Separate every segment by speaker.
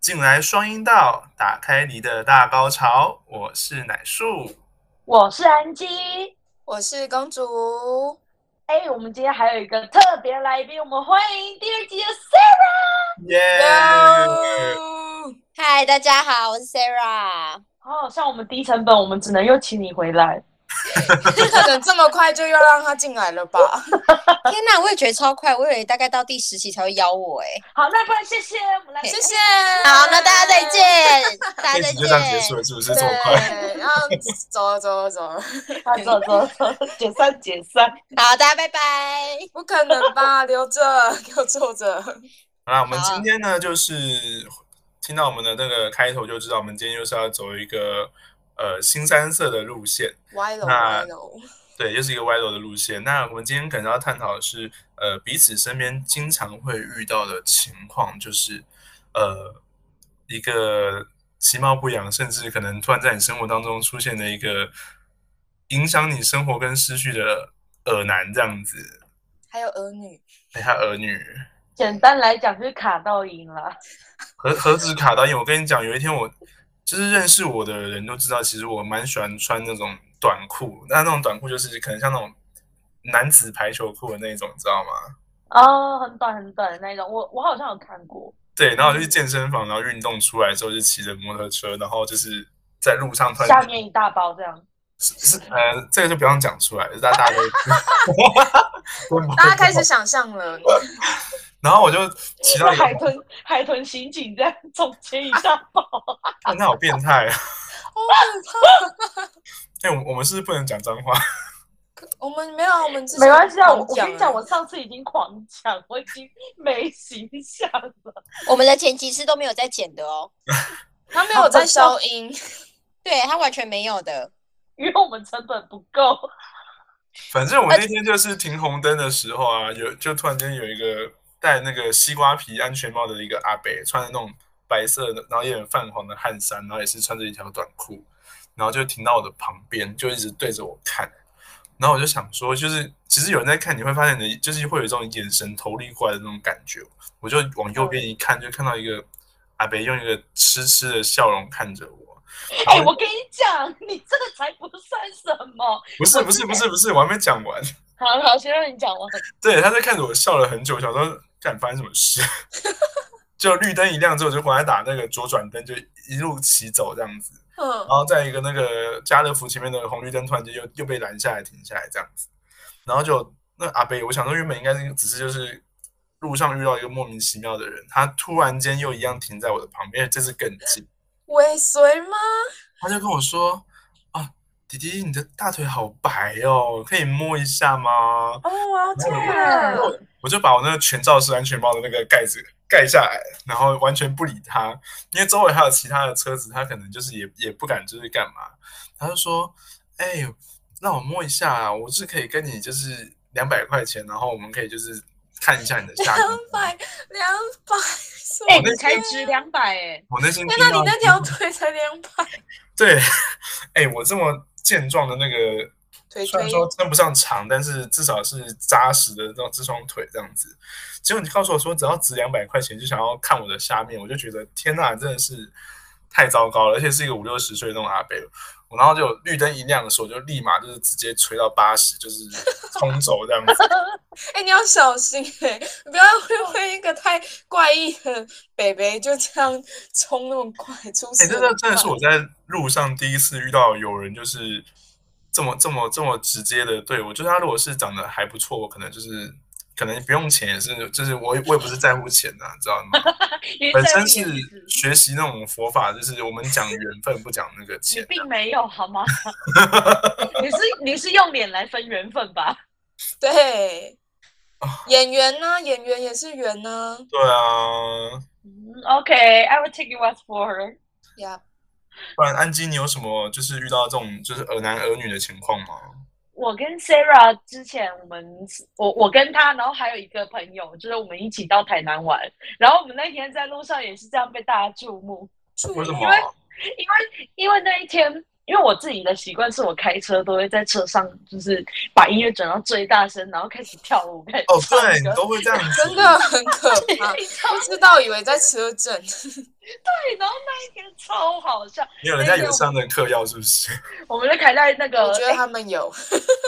Speaker 1: 进来双阴道，打开你的大高潮。我是奶树，
Speaker 2: 我是安吉。
Speaker 3: 我是公主，
Speaker 2: 哎、我们今天还有一个特别来宾，我们欢迎第二季的 Sarah。
Speaker 1: 耶、
Speaker 3: 嗨，大家好，我是 Sarah。
Speaker 2: 哦，像我们低成本，我们只能又请你回来。
Speaker 3: 不可能这么快就要让他进来了吧？
Speaker 4: 天呐，我也觉得超快，我以为大概到第十期才会邀我哎、
Speaker 2: 好，那不然谢谢我们来
Speaker 3: 谢
Speaker 2: 宾。
Speaker 3: 谢。
Speaker 4: 好，那大家再。 见，大
Speaker 1: 这集
Speaker 4: 家再
Speaker 1: 哎就这样结束
Speaker 4: 见。
Speaker 1: 了，是不是这么快？
Speaker 3: 对，然后走了走了走了，
Speaker 2: 啊，走走走，解散解散。
Speaker 4: 好，大家拜拜。
Speaker 3: 不可能吧？留着，给我坐着。
Speaker 1: 好啦，我们
Speaker 4: 好啊
Speaker 1: 今天呢，就是听到我们的那个开头就知道，我们今天就是要走一个呃新三色的路线。
Speaker 3: 歪楼
Speaker 1: 那
Speaker 3: 歪楼，
Speaker 1: 对，又是一个歪楼的路线。那我们今天可能要探讨的是，呃，彼此身边经常会遇到的情况，就是，呃，一个其貌不扬，甚至可能突然在你生活当中出现的一个影响你生活跟思绪的恶男这样子，
Speaker 3: 还有儿女，
Speaker 1: 哎，他儿女
Speaker 2: 简单来讲就是卡到赢了。
Speaker 1: 何何止卡到因为我跟你讲，有一天我就是认识我的人都知道，其实我蛮喜欢穿那种短裤，那那种短裤就是可能像那种男子排球裤的那种，你知道吗？
Speaker 2: 哦，很短很短的那种，我我好像有看过。
Speaker 1: 对，然后我就去健身房，然后运动出来之后就骑着摩托车，然后就是在路上突
Speaker 2: 下
Speaker 1: 然
Speaker 2: 面一大包这样，
Speaker 1: 是是呃，这个就不用讲出来，大家大家都都不会
Speaker 3: 大家开始想象了。
Speaker 1: 然后我就骑 到一
Speaker 2: 海
Speaker 1: 个，
Speaker 2: 豚海豚刑警这样中间一大包。
Speaker 1: 哇那好变态啊！
Speaker 3: 好可
Speaker 1: 哎，我我们是不是不能讲脏话，
Speaker 3: 怕！我们没有，我们之前
Speaker 2: 没关系啊，我我
Speaker 3: 狂
Speaker 2: 跟你讲，
Speaker 3: 了
Speaker 2: 我上次已经狂讲，我已经没形象了。
Speaker 4: 我们的前几次都没有在剪的哦，
Speaker 3: 他没有在消音。
Speaker 4: 对他完全没有的。
Speaker 2: 因为我们成本不够，
Speaker 1: 反正我那天就是停红灯的时候啊，有就突然间有一个戴那个西瓜皮安全帽的一个阿伯，穿着那种白色的，然后有点泛黄的汗衫，然后也是穿着一条短裤，然后就停到我的旁边，就一直对着我看。然后我就想说，就是其实有人在看，你会发现你的就是会有一种眼神投递过来的那种感觉。我就往右边一看，就看到一个阿伯用一个痴痴的笑容看着我。然
Speaker 2: 哎、
Speaker 1: 后
Speaker 2: 我跟你讲，你这个才不算什么。
Speaker 1: 不是不是不是不是，我还没讲完。
Speaker 2: 好好，先让你讲完。
Speaker 1: 对，他在看着我笑了很久，想说干发生什么事。 就绿灯一亮之后，就赶快打那个左转灯，就一路骑走这样子。
Speaker 3: 嗯
Speaker 1: 然，后在一个那个家乐福前面的红绿灯，突然间又又被拦下来，停下来这样子。然后就那阿北，我想说原本应该是只是就是路上遇到一个莫名其妙的人，他突然间又一样停在我的旁边，而且这次更近。
Speaker 3: 尾随吗？
Speaker 1: 他就跟我说：“啊，弟弟，你的大腿好白哦，可以摸一下吗？”
Speaker 3: 哦，我要这
Speaker 2: 然
Speaker 3: 样。
Speaker 1: 我就把我那个全罩式安全帽的那个盖子盖下来，然后完全不理他，因为周围还有其他的车子，他可能就是也也不敢就是干嘛，他就说：“哎、让我摸一下啊，我是可以跟你就是两百块钱，然后我们可以就是看一下你的下
Speaker 3: 两
Speaker 1: 面。
Speaker 3: 百两百，
Speaker 2: 哎、
Speaker 3: 我
Speaker 2: 你才值两百哎”，
Speaker 1: 我内心
Speaker 3: 天
Speaker 1: 听
Speaker 3: 哪，
Speaker 1: 到
Speaker 3: 你那条腿才两百，
Speaker 1: 对，哎、我这么健壮的那个
Speaker 3: 腿
Speaker 1: 虽然
Speaker 3: 腿
Speaker 1: 说称不上长，但是至少是扎实的那这双腿这样子。结果你告诉我说只要值两百块钱就想要看我的下面，我就觉得天呐，真的是太糟糕了，而且是一个五六十岁的那种阿伯。我然后就绿灯一亮的时候，我就立马就是直接吹到八十，就是冲走这样子。
Speaker 3: 哎、你要小心哎、你不要因为一个太怪异的北北就这样冲那么快出
Speaker 1: 哎、
Speaker 3: 事。
Speaker 1: 这这真的是我在路上第一次遇到有人就是这么这么这么直接的对我，就是他如果是长得还不错，我可能就是可能不用钱也是，就是我也我也不是在乎钱的、你知道吗？
Speaker 2: 因为
Speaker 1: 本
Speaker 2: 在
Speaker 1: 身
Speaker 2: 乎
Speaker 1: 是
Speaker 2: 颜值
Speaker 1: 学习那种佛法，就是我们讲缘分，不讲那个
Speaker 2: 你
Speaker 1: 钱。
Speaker 2: 并没有好 吗？你是你是用脸来分缘分吧？
Speaker 3: 对
Speaker 1: 啊
Speaker 3: 演员呢、演员也是缘呢、
Speaker 1: 对啊，
Speaker 2: 嗯，OK，I、will take you as for。
Speaker 3: 呀、
Speaker 1: 不然安吉，你有什么就是遇到这种就是儿男儿女的情况吗？
Speaker 2: 我跟 Sarah 之前，我们我我跟她，然后还有一个朋友，就是我们一起到台南玩，然后我们那天在路上也是这样被大家注目，
Speaker 3: 注
Speaker 1: 为什
Speaker 3: 意
Speaker 1: 么哦
Speaker 2: 因？为因为那一天因为我自己的习惯是我开车都会在车上，就是把音乐转到最大声，然后开始跳舞，开始
Speaker 1: 哦，
Speaker 2: 唱
Speaker 1: 对，你
Speaker 2: 歌。
Speaker 1: 都会这样子，
Speaker 3: 真的很可怕，
Speaker 2: 你知道
Speaker 3: 不知道以为在车震。
Speaker 2: 对，然后那一天超好笑，
Speaker 1: 没有人家有上的嗑药是不是？
Speaker 2: 我们就开在那个，
Speaker 3: 我觉得他们有，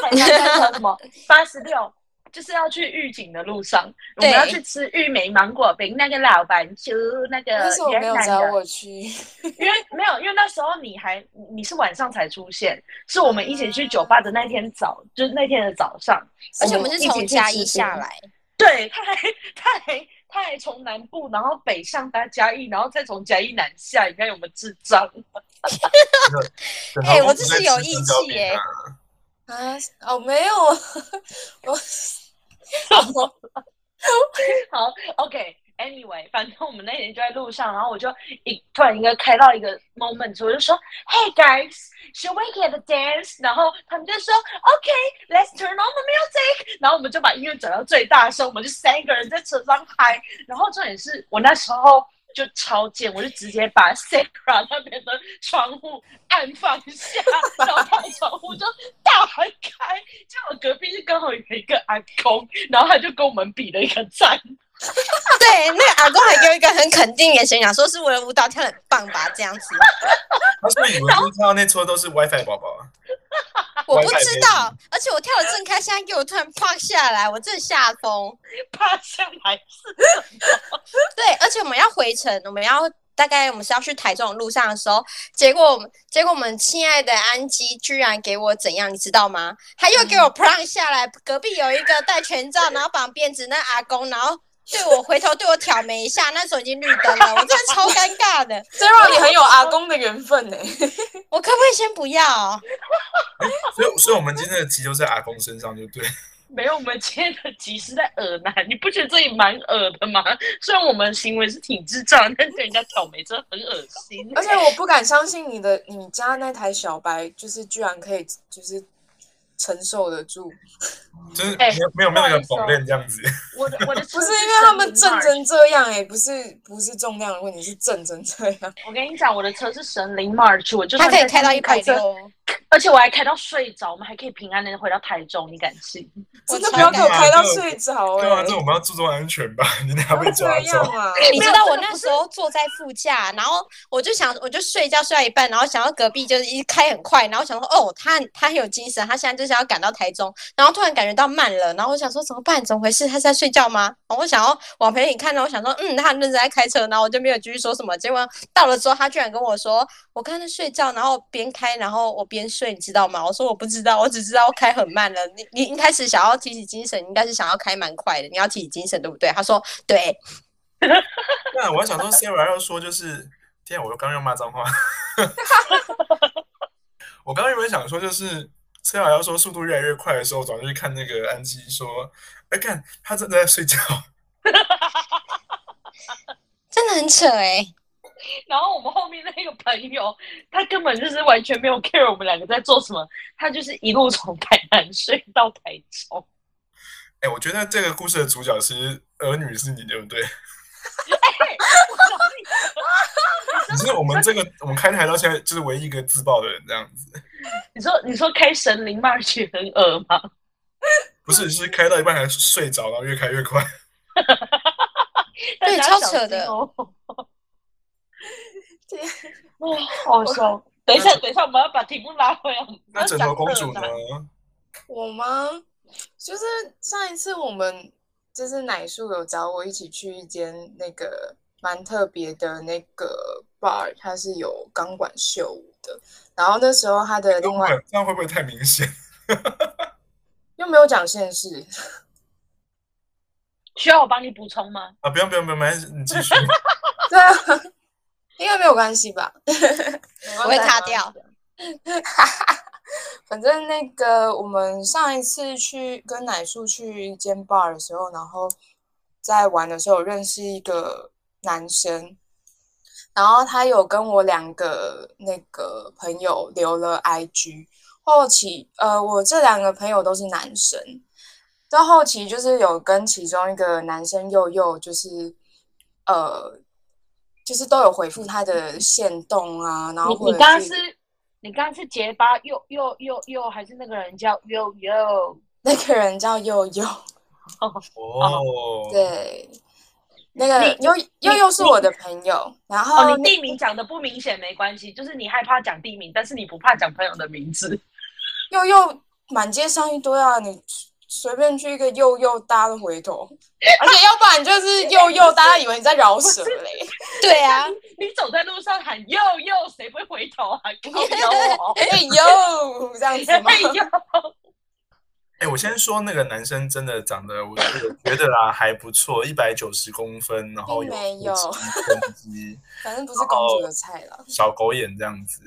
Speaker 2: 哎开在 那个什么八十六，就是要去预警的路上，我们
Speaker 4: 对
Speaker 2: 要去吃玉梅芒果冰，那个老板就那个
Speaker 3: 但是我
Speaker 2: 越
Speaker 3: 没有
Speaker 2: 南
Speaker 3: 找
Speaker 2: 的
Speaker 3: 我去。
Speaker 2: 因为没有，因为那时候你还你是晚上才出现，是我们一起去酒吧的那天早，就是那天的早上，
Speaker 4: 而且我们是
Speaker 2: 一
Speaker 4: 从
Speaker 2: 起去
Speaker 4: 嘉
Speaker 2: 吃
Speaker 4: 义
Speaker 2: 冰
Speaker 4: 下。来，
Speaker 2: 对，他还他还他还从南部，然后北上搭嘉义，然后再从嘉义南下，你看有没有智障？
Speaker 4: 哎
Speaker 1: 然后
Speaker 4: 我这是
Speaker 1: 在吃
Speaker 4: 有义
Speaker 1: 香蕉
Speaker 4: 气
Speaker 1: 饼
Speaker 4: 耶
Speaker 1: 啊
Speaker 3: 啊，哦，没有， 我
Speaker 2: 好，OK。Anyway，反正我们那天就在路上，然后我就一突然一个开到一个 moment，我就说，Hey guys，should we get a dance？然后他们就说，OK，let's、turn on the music。然后我们就把音乐转到最大声，我们就三个人在车上嗨。然后重点是我那时候就超贱，我就直接把 Sarah 那边的窗户按放下，然后他的窗户就大喊开。结果隔壁就刚好有一个阿公，然后他就跟我们比了一个赞。
Speaker 4: 对，那个阿公还给我一个很肯定眼神，讲说是我的舞蹈跳得很棒吧，这样子。
Speaker 1: 他是不是以为就是看到那车都是 WiFi 宝宝啊？
Speaker 4: 我不知道，而且我跳的正开，现在给我突然啪下来，我真的吓疯。
Speaker 2: 趴下来是
Speaker 4: 对，而且我们要回程，我们要大概我们是要去台中的路上的时候，结果我们结果我们亲爱的安吉居然给我怎样，你知道吗？他又给
Speaker 2: 嗯
Speaker 4: 我 plan 下来，隔壁有一个戴全罩，然后绑辫子那阿公，然后对我回头对我挑眉一下，那时候已经绿灯了，我真的超尴尬的。
Speaker 3: Sarah 你很有阿公的缘分欸呢。
Speaker 4: 我可不可以先不要？
Speaker 1: 所以，所以我们今天的集都在阿公身上，就对。
Speaker 2: 没有，我们今天的集是在耳男，你不觉得这里蛮耳的吗？虽然我们行为是挺智障，但对人家挑眉真的很恶心。
Speaker 3: 而且我不敢相信你的 你家那台小白，就是居然可以就是承受得住，
Speaker 1: 就是没
Speaker 2: 哎
Speaker 1: 有没有没有那个
Speaker 2: 不
Speaker 1: 绑
Speaker 2: 好意思哦
Speaker 1: 链这样子，
Speaker 2: 我的我的
Speaker 3: 不是因为他们正真这样哎、不是不是重量的问题，是正真 这样。
Speaker 2: 我跟你讲，我的车是神灵 March，我就
Speaker 4: 他
Speaker 2: 算
Speaker 4: 可
Speaker 2: 在
Speaker 4: 以开到
Speaker 2: 上
Speaker 4: 一
Speaker 2: 面
Speaker 4: 百
Speaker 2: 开车，
Speaker 4: 六，
Speaker 2: 而且我还开到睡着，我们还可以平安的回到台中，你敢信？
Speaker 4: 我
Speaker 3: 真的
Speaker 4: 超
Speaker 3: 不要给我
Speaker 4: 尴尬
Speaker 3: 开到睡着
Speaker 1: 对
Speaker 3: 哎、
Speaker 1: 啊，这我们要注重安全吧，你等下
Speaker 3: 不
Speaker 1: 被
Speaker 3: 要
Speaker 1: 抓
Speaker 3: 这样
Speaker 1: 走。
Speaker 3: 啊！
Speaker 4: 你
Speaker 2: 没有
Speaker 4: 知道
Speaker 2: 这
Speaker 4: 我
Speaker 2: 个
Speaker 4: 那
Speaker 2: 不
Speaker 4: 时候坐在副驾，然后我就想，我就睡觉睡到一半，然后想到隔壁就是一开很快，然后想说哦，他他很有精神，他现在就是要赶到台中，然后突然感觉到慢了，然后我想说怎么办？怎么回事？他是在睡觉吗？然后我想要往旁边一看，然后我想说嗯，他很认真在开车，然后我就没有继续说什么。结果到了之后，他居然跟我说我刚才在睡觉，然后边开，然后我边睡，你知道吗？我说我不知道，我只知道开很慢了。你你一开始想要提起精神，你应该是想要开蛮快的，你要提起精神对不对？他说对。
Speaker 1: 那我还想说，Sarah 要说就是，天、啊，我刚刚要骂脏话。 我刚刚原本想说就是，Sarah 要说速度越来越快的时候，我早上去看那个安吉说，哎、看他正在睡觉，
Speaker 4: 真的很扯哎、
Speaker 2: 然后我们后面那个朋友，他根本就是完全没有 care 我们两个在做什么，他就是一路从台南睡到台 中。
Speaker 1: 哎、我觉得这个故事的主角其实儿女是你，对不 对？你是我们这个我们开台到现在就是唯一一个自爆的人这样子。
Speaker 2: 你说你说开神灵 March 很恶吗？
Speaker 1: 不是，是开到一半还睡着，然后越开越快。
Speaker 2: 大
Speaker 4: 对
Speaker 2: 家
Speaker 4: 超
Speaker 2: 小
Speaker 4: 扯
Speaker 2: 心
Speaker 4: 的
Speaker 2: 哦
Speaker 3: 天
Speaker 2: 哇，好笑！等一下，等一下，我们要把题目拉回来。我们
Speaker 1: 那
Speaker 2: 要
Speaker 1: 枕
Speaker 2: 讲
Speaker 1: 头公主呢
Speaker 2: 恶？男
Speaker 3: 我吗？就是上一次我们就是奶树有找我一起去一间那个蛮特别的那个 bar，它是有钢管秀舞的。然后那时候他的另外
Speaker 1: 这样会不会太明显？
Speaker 3: 又没有讲现实，
Speaker 2: 需要我帮你补充吗？
Speaker 1: 啊，不用不用不用，没关系，你 继续。
Speaker 3: 对啊，应该没有关系吧？我
Speaker 4: 我
Speaker 3: 啊
Speaker 4: 会擦掉。
Speaker 3: 反正那个我们上一次去跟奶树去一间 bar 的时候，然后在玩的时候有认识一个男生，然后他有跟我两个那个朋友留了 IG，后期呃我这两个朋友都是男生，到后期就是有跟其中一个男生佑佑就是呃。就是都有回复他的线动啊，然后
Speaker 2: 你
Speaker 3: 或
Speaker 2: 你
Speaker 3: 者
Speaker 2: 刚刚是你刚刚是结巴又又又又还是那个人叫又
Speaker 4: 哦
Speaker 2: 又？
Speaker 3: 那个人叫悠悠，
Speaker 1: 哦，
Speaker 3: 对，那个
Speaker 2: 你
Speaker 3: 悠悠悠是
Speaker 2: 你
Speaker 3: 我的朋友，然后
Speaker 2: 哦，你地名讲的不明显没关系，就是你害怕讲地名，但是你不怕讲朋友的名字。
Speaker 3: 悠悠满街上一堆啊，你随便去一个悠悠，大家都回头，而且要不然就是悠悠，大家以为你在饶 舌嘞。
Speaker 4: 对啊，
Speaker 2: 你走在路上喊“又又”，谁不会回头 啊？靠腰哦
Speaker 3: 哎呦，这样子吗？
Speaker 2: 哎呦，
Speaker 1: 哎、我先说那个男生真的长得，我我觉得啦还不错，一百九十公分，然后有
Speaker 3: 并没有
Speaker 1: 腹肌胸肌，
Speaker 3: 反正不是公主的菜啦，
Speaker 1: 小狗眼这样子，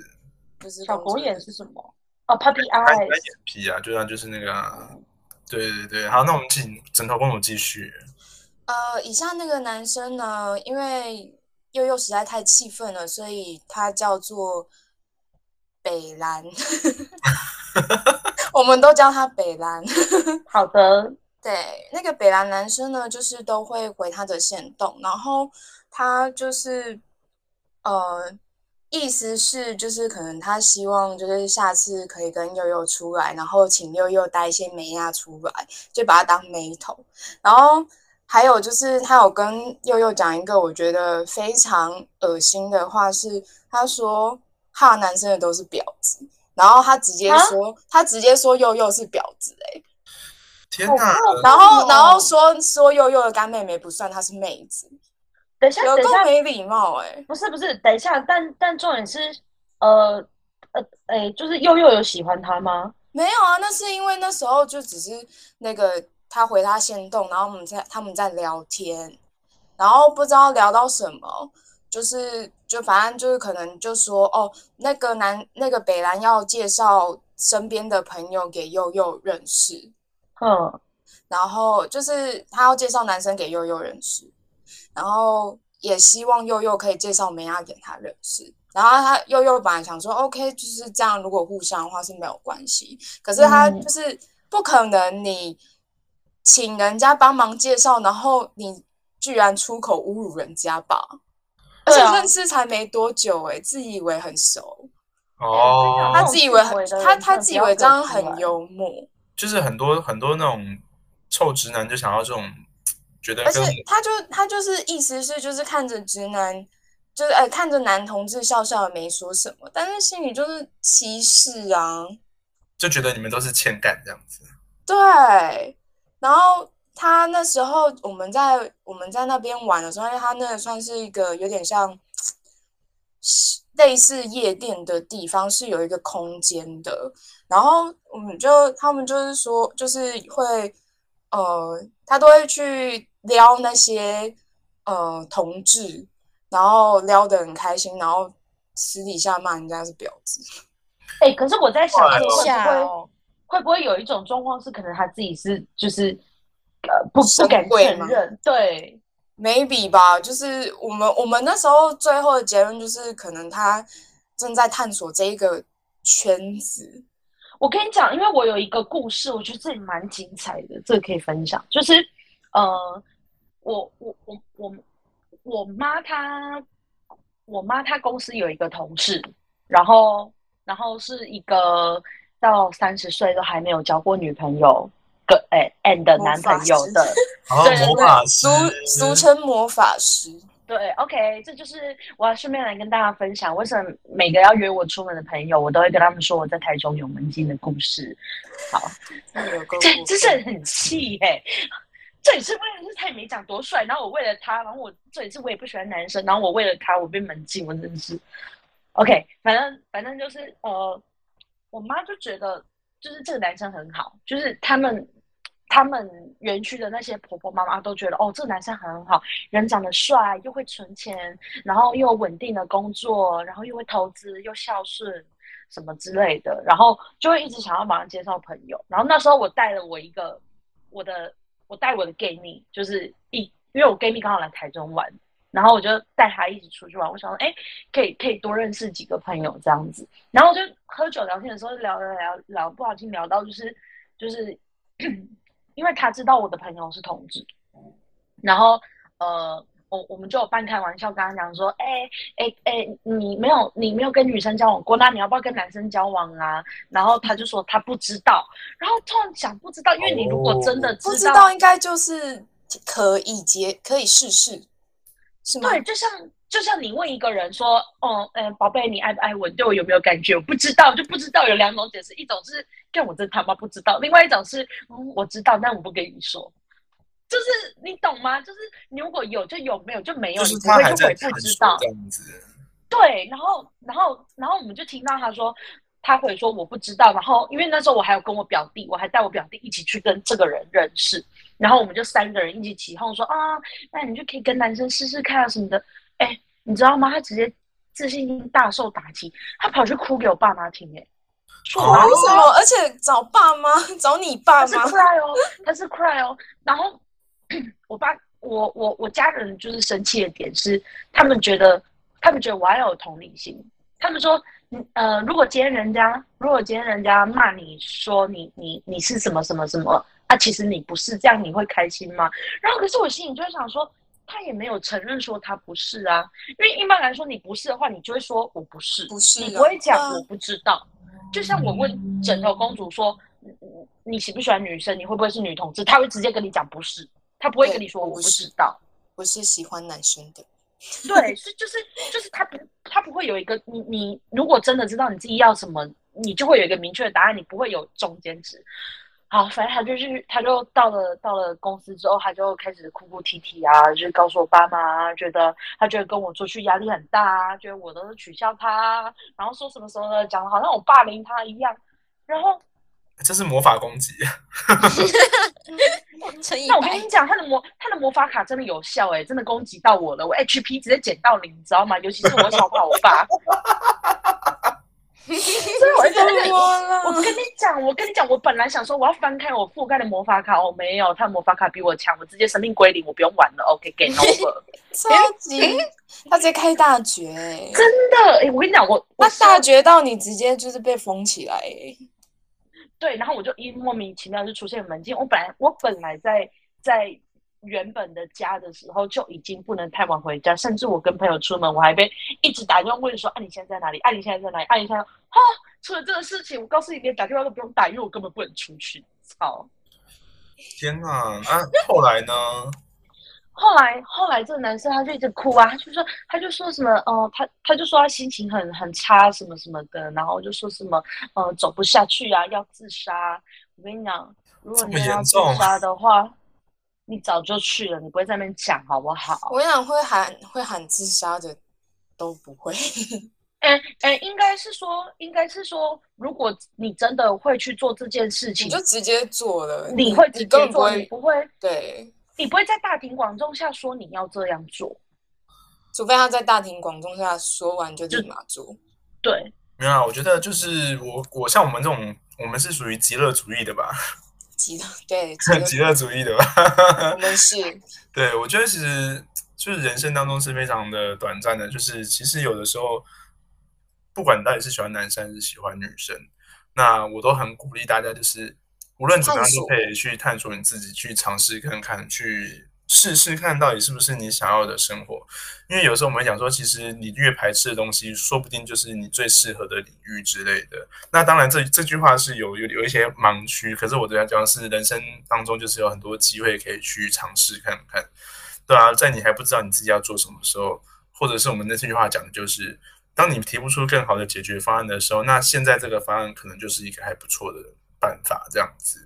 Speaker 3: 不是
Speaker 2: 小
Speaker 3: 公主
Speaker 2: 狗
Speaker 3: 的
Speaker 2: 眼是什么？哦，puppy
Speaker 1: 他他
Speaker 2: eyes。
Speaker 1: 眼皮啊，就像就是那个啊、对对对。好，那我们请枕头公主继续。
Speaker 3: 呃，以下那个男生呢，因为悠悠实在太气愤了，所以他叫做北 兰， 我们都叫他北兰。
Speaker 2: 好的，
Speaker 3: 对，那个北兰男生呢，就是都会回他的线动，然后他就是，呃，意思是就是可能他希望就是下次可以跟悠悠出来，然后请悠悠带一些美亚出来，就把他当妹头。然后还有就是他有跟悠悠讲一个我觉得非常恶心的话是，他说哈男生的都是婊子，然后他直接
Speaker 2: 啊
Speaker 3: 说他直接说悠悠是婊子、欸，
Speaker 1: 天哪，
Speaker 3: 然
Speaker 2: 哦
Speaker 3: 后，然后说说悠悠的干妹妹不算，她是妹子，
Speaker 2: 等一下，
Speaker 3: 有
Speaker 2: 等一下
Speaker 3: 够，没礼貌哎、
Speaker 2: 不是不是，等一下，但但重点是，呃呃，哎，就是悠悠有喜欢他吗？
Speaker 3: 没有啊，那是因为那时候就只是那个他回他先动，然后我们在他们在聊天，然后不知道聊到什么，就是就反正就是可能就说哦，那个男那个北兰要介绍身边的朋友给悠悠认识，
Speaker 2: 嗯，
Speaker 3: 然后就是他要介绍男生给悠悠认识，然后也希望悠悠可以介绍梅亚给他认识。然后他悠悠本来想说 OK 就是这样，如果互相的话是没有关系，可是他
Speaker 2: 嗯
Speaker 3: 就是不可能你请人家帮忙介绍，然后你居然出口侮辱人家吧？而且
Speaker 2: 对啊
Speaker 3: 认识才没多久、欸，自以为很熟，
Speaker 1: 哦，
Speaker 3: 他自以为很
Speaker 2: 这种自以为的人
Speaker 3: 他
Speaker 2: 真的
Speaker 3: 他自以为这样
Speaker 2: 不要给
Speaker 3: 很
Speaker 2: 出来
Speaker 3: 幽默，
Speaker 1: 就是很多很多那种臭直男就想要这种，觉得
Speaker 3: 而且
Speaker 1: 跟
Speaker 3: 他就他就是意思是就是看着直男，就是呃看着男同志笑笑也没说什么，但是心里就是歧视啊，
Speaker 1: 就觉得你们都是欠干这样子。
Speaker 3: 对。然后他那时候我们在我们在那边玩的时候，因为他那个算是一个有点像类似夜店的地方，是有一个空间的。然后我们就他们就是说，就是会呃，他都会去撩那些呃同志，然后撩得很开心，然后私底下骂人家是婊子。
Speaker 2: 哎，可是我在想，
Speaker 1: 哎
Speaker 2: 会
Speaker 1: 呦
Speaker 2: 不
Speaker 4: 下
Speaker 2: 会
Speaker 4: 哦，
Speaker 2: 会不会有一种状况是，可能他自己是就是呃不不
Speaker 3: 神
Speaker 2: 敢
Speaker 3: 鬼
Speaker 2: 承
Speaker 3: 吗
Speaker 2: 认，对，
Speaker 3: maybe 吧，就是我们我们那时候最后的结论就是，可能他正在探索这一个圈子。
Speaker 2: 我跟你讲，因为我有一个故事，我觉得这里蛮精彩的，这个可以分享。就是，呃，我我我我我妈她，我妈她公司有一个同事，然后然后是一个到三十岁都还没有交过女朋友跟哎 and
Speaker 3: 魔
Speaker 2: 男
Speaker 3: 法
Speaker 2: 朋友
Speaker 3: 师
Speaker 2: 的，
Speaker 1: 然后
Speaker 2: 对对
Speaker 1: 魔法师
Speaker 3: 俗，
Speaker 2: 嗯
Speaker 3: 俗称魔法师，
Speaker 2: 对，OK，这就是我要顺便来跟大家分享，为什么每个要约我出门的朋友，我都会跟他们说我在台中有门禁的故事。
Speaker 3: 有够
Speaker 2: 这
Speaker 3: 过
Speaker 2: 真是
Speaker 3: 分
Speaker 2: 很气哎、这也是为了是他也没长多帅，然后我为了他，然后我这也是我也不喜欢男生，然后我为了他我被门禁，我真的是，OK，反正反正就是呃，我妈就觉得就是这个男生很好，就是他们他们园区的那些婆婆妈妈都觉得哦，这个男生很好，人长得帅，又会存钱，然后又有稳定的工作，然后又会投资，又孝顺，什么之类的，然后就会一直想要马上介绍朋友。然后那时候我带了我一个我的我带我的 gay 蜜，就是一因为我 gay 蜜刚好来台中玩，然后我就带他一起出去玩。我想说，哎，可以可以多认识几个朋友这样子。然后我就喝酒聊天的时候聊聊聊聊，不小心聊到就是就是 因为他知道我的朋友是同志，然后呃，我我们就有半开玩笑跟他讲说，哎哎哎，你没有你没有跟女生交往过，那你要不要跟男生交往啊？然后他就说他不知道，然后突然想不知道，因为你如果真的
Speaker 3: 不
Speaker 2: 知
Speaker 3: 知道应该就是可以结，可以试试，是吗？
Speaker 2: 对，就像就像你问一个人说，哦，嗯、宝贝，你爱不爱我？你对我有没有感觉？我不知道，就不知道。有两种解释，一种是干我真他妈不知道，另外一种是嗯，我知道，但我不跟你说。就是你懂吗？就是你如果有就有，没有就没有，
Speaker 1: 就是
Speaker 2: 你不
Speaker 1: 他
Speaker 2: 会
Speaker 1: 还
Speaker 2: 就
Speaker 1: 在
Speaker 2: 会
Speaker 1: 探
Speaker 2: 不知
Speaker 1: 索
Speaker 2: 道
Speaker 1: 这。样子。
Speaker 2: 对，然后然后然后我们就听到他说，他回说我不知道，然后因为那时候我还有跟我表弟，我还带我表弟一起去跟这个人认识，然后我们就三个人一起起哄说啊，那你就可以跟男生试试看啊什么的，哎，你知道吗？他直接自信心大受打击，他跑去哭给我爸妈听、哎，说我
Speaker 1: 哦
Speaker 2: 妈
Speaker 3: 为什么？而且找爸妈，找你
Speaker 2: 他
Speaker 3: 爸
Speaker 2: 是
Speaker 3: 妈，
Speaker 2: cry 哦，他是 cry 哦。然后 我爸，我我我家人就是生气的点是，他们觉得他们觉得我要有同理心。他们说，嗯呃，如果今天人家如果今天人家骂你说你你你是什么什么什么啊，其实你不是这样，你会开心吗？然后可是我心里就会想说。他也没有承认说他不是啊，因为一般来说你不是的话，你就会说我不是，
Speaker 3: 不是
Speaker 2: 你
Speaker 3: 啊
Speaker 2: 不会讲
Speaker 3: 嗯
Speaker 2: 我不知道。就像我问枕头公主说，嗯嗯你喜不喜欢女生？你会不会是女同志？她会直接跟你讲不是，她不会跟你说
Speaker 3: 对
Speaker 2: 我不
Speaker 3: 我不是
Speaker 2: 知道。
Speaker 3: 我是喜欢男生的。
Speaker 2: 对，是就是就是她不她不会有一个你你如果真的知道你自己要什么，你就会有一个明确的答案，你不会有中间值。好，反正他就是，他就到了到了公司之后，他就开始哭哭啼啼啊，就是告诉我爸妈啊，觉得他觉得跟我出去压力很大啊，觉得我都是取笑他啊，然后说什么什么的，讲的好像我霸凌他一样，然后
Speaker 1: 哎这是魔法攻击，
Speaker 4: 乘以
Speaker 2: 那我跟
Speaker 4: 百
Speaker 2: 你，讲，他的魔他的魔法卡真的有效哎、真的攻击到我了，我 HP 直接减到零，你知道吗？尤其是我小跑我爸， 所以我真的，我
Speaker 3: 我
Speaker 2: 跟你讲，我跟你讲，我本来想说我要翻开我覆盖的魔法卡，哦没有，他的魔法卡比我强，我直接生命归零，我不用玩了，OK，game、over。
Speaker 3: 超级，他直接开大绝、欸，
Speaker 2: 哎真的，哎、我跟你讲，我我
Speaker 3: 他
Speaker 2: 上
Speaker 3: 大绝到你直接就是被封起来、欸，
Speaker 2: 对，然后我就一莫名其妙就出现门禁。我本来我本来在在原本的家的时候就已经不能太晚回家，甚至我跟朋友出门，我还被一直打电话问说：“啊，你现在在哪里？啊，你现在在哪里？啊，你现在……哈、出了这个事情，我告诉你，连打电话都不用打，因为我根本不能出去。”操！
Speaker 1: 天哪！啊，后来呢？
Speaker 2: 后来后来这个男生他就一直哭啊，他就说他就说什么哦、呃他他就说他心情很很差什么什么的，然后就说什么呃走不下去啊，要自杀。我跟你讲，如果
Speaker 1: 这
Speaker 2: 你
Speaker 1: 么
Speaker 2: 真的要
Speaker 1: 严
Speaker 2: 自
Speaker 1: 重
Speaker 2: 杀的话，你早就去了，你不会在那边讲好不好？
Speaker 3: 我跟你讲，会喊会喊自杀的都不会，
Speaker 2: 哎哎，应该是说应该是说，如果你真的会去做这件事情
Speaker 3: 你，就直接做了，
Speaker 2: 你会直
Speaker 3: 你根
Speaker 2: 接
Speaker 3: 本不
Speaker 2: 做，你
Speaker 3: 会
Speaker 2: 不会
Speaker 3: 对，
Speaker 2: 你不会在大庭广众下说你要这样做，
Speaker 3: 除非他在大庭广众下说完就立马做，
Speaker 2: 对。
Speaker 1: 没有啊，我觉得就是我我像我们这种，我们是属于极乐主义的吧，
Speaker 3: 急的对，
Speaker 1: 极
Speaker 3: 急
Speaker 1: 乐主义的吧。
Speaker 3: 我们是
Speaker 1: 对，我觉得其实就是人生当中是非常的短暂的，就是其实有的时候，不管你到底是喜欢男生还是喜欢女生，那我都很鼓励大家，就是无论怎么样
Speaker 3: 探索
Speaker 1: 都可以去探索你自己，去尝试看看，去试试看到底是不是你想要的生活。因为有时候我们会讲说，其实你越排斥的东西，说不定就是你最适合的领域之类的。那当然这，这句话是有有有一些盲区，可是我对他讲是人生当中就是有很多机会可以去尝试看看，对啊，在你还不知道你自己要做什么时候，或者是我们那这句话讲的就是，当你提不出更好的解决方案的时候，那现在这个方案可能就是一个还不错的办法，这样子。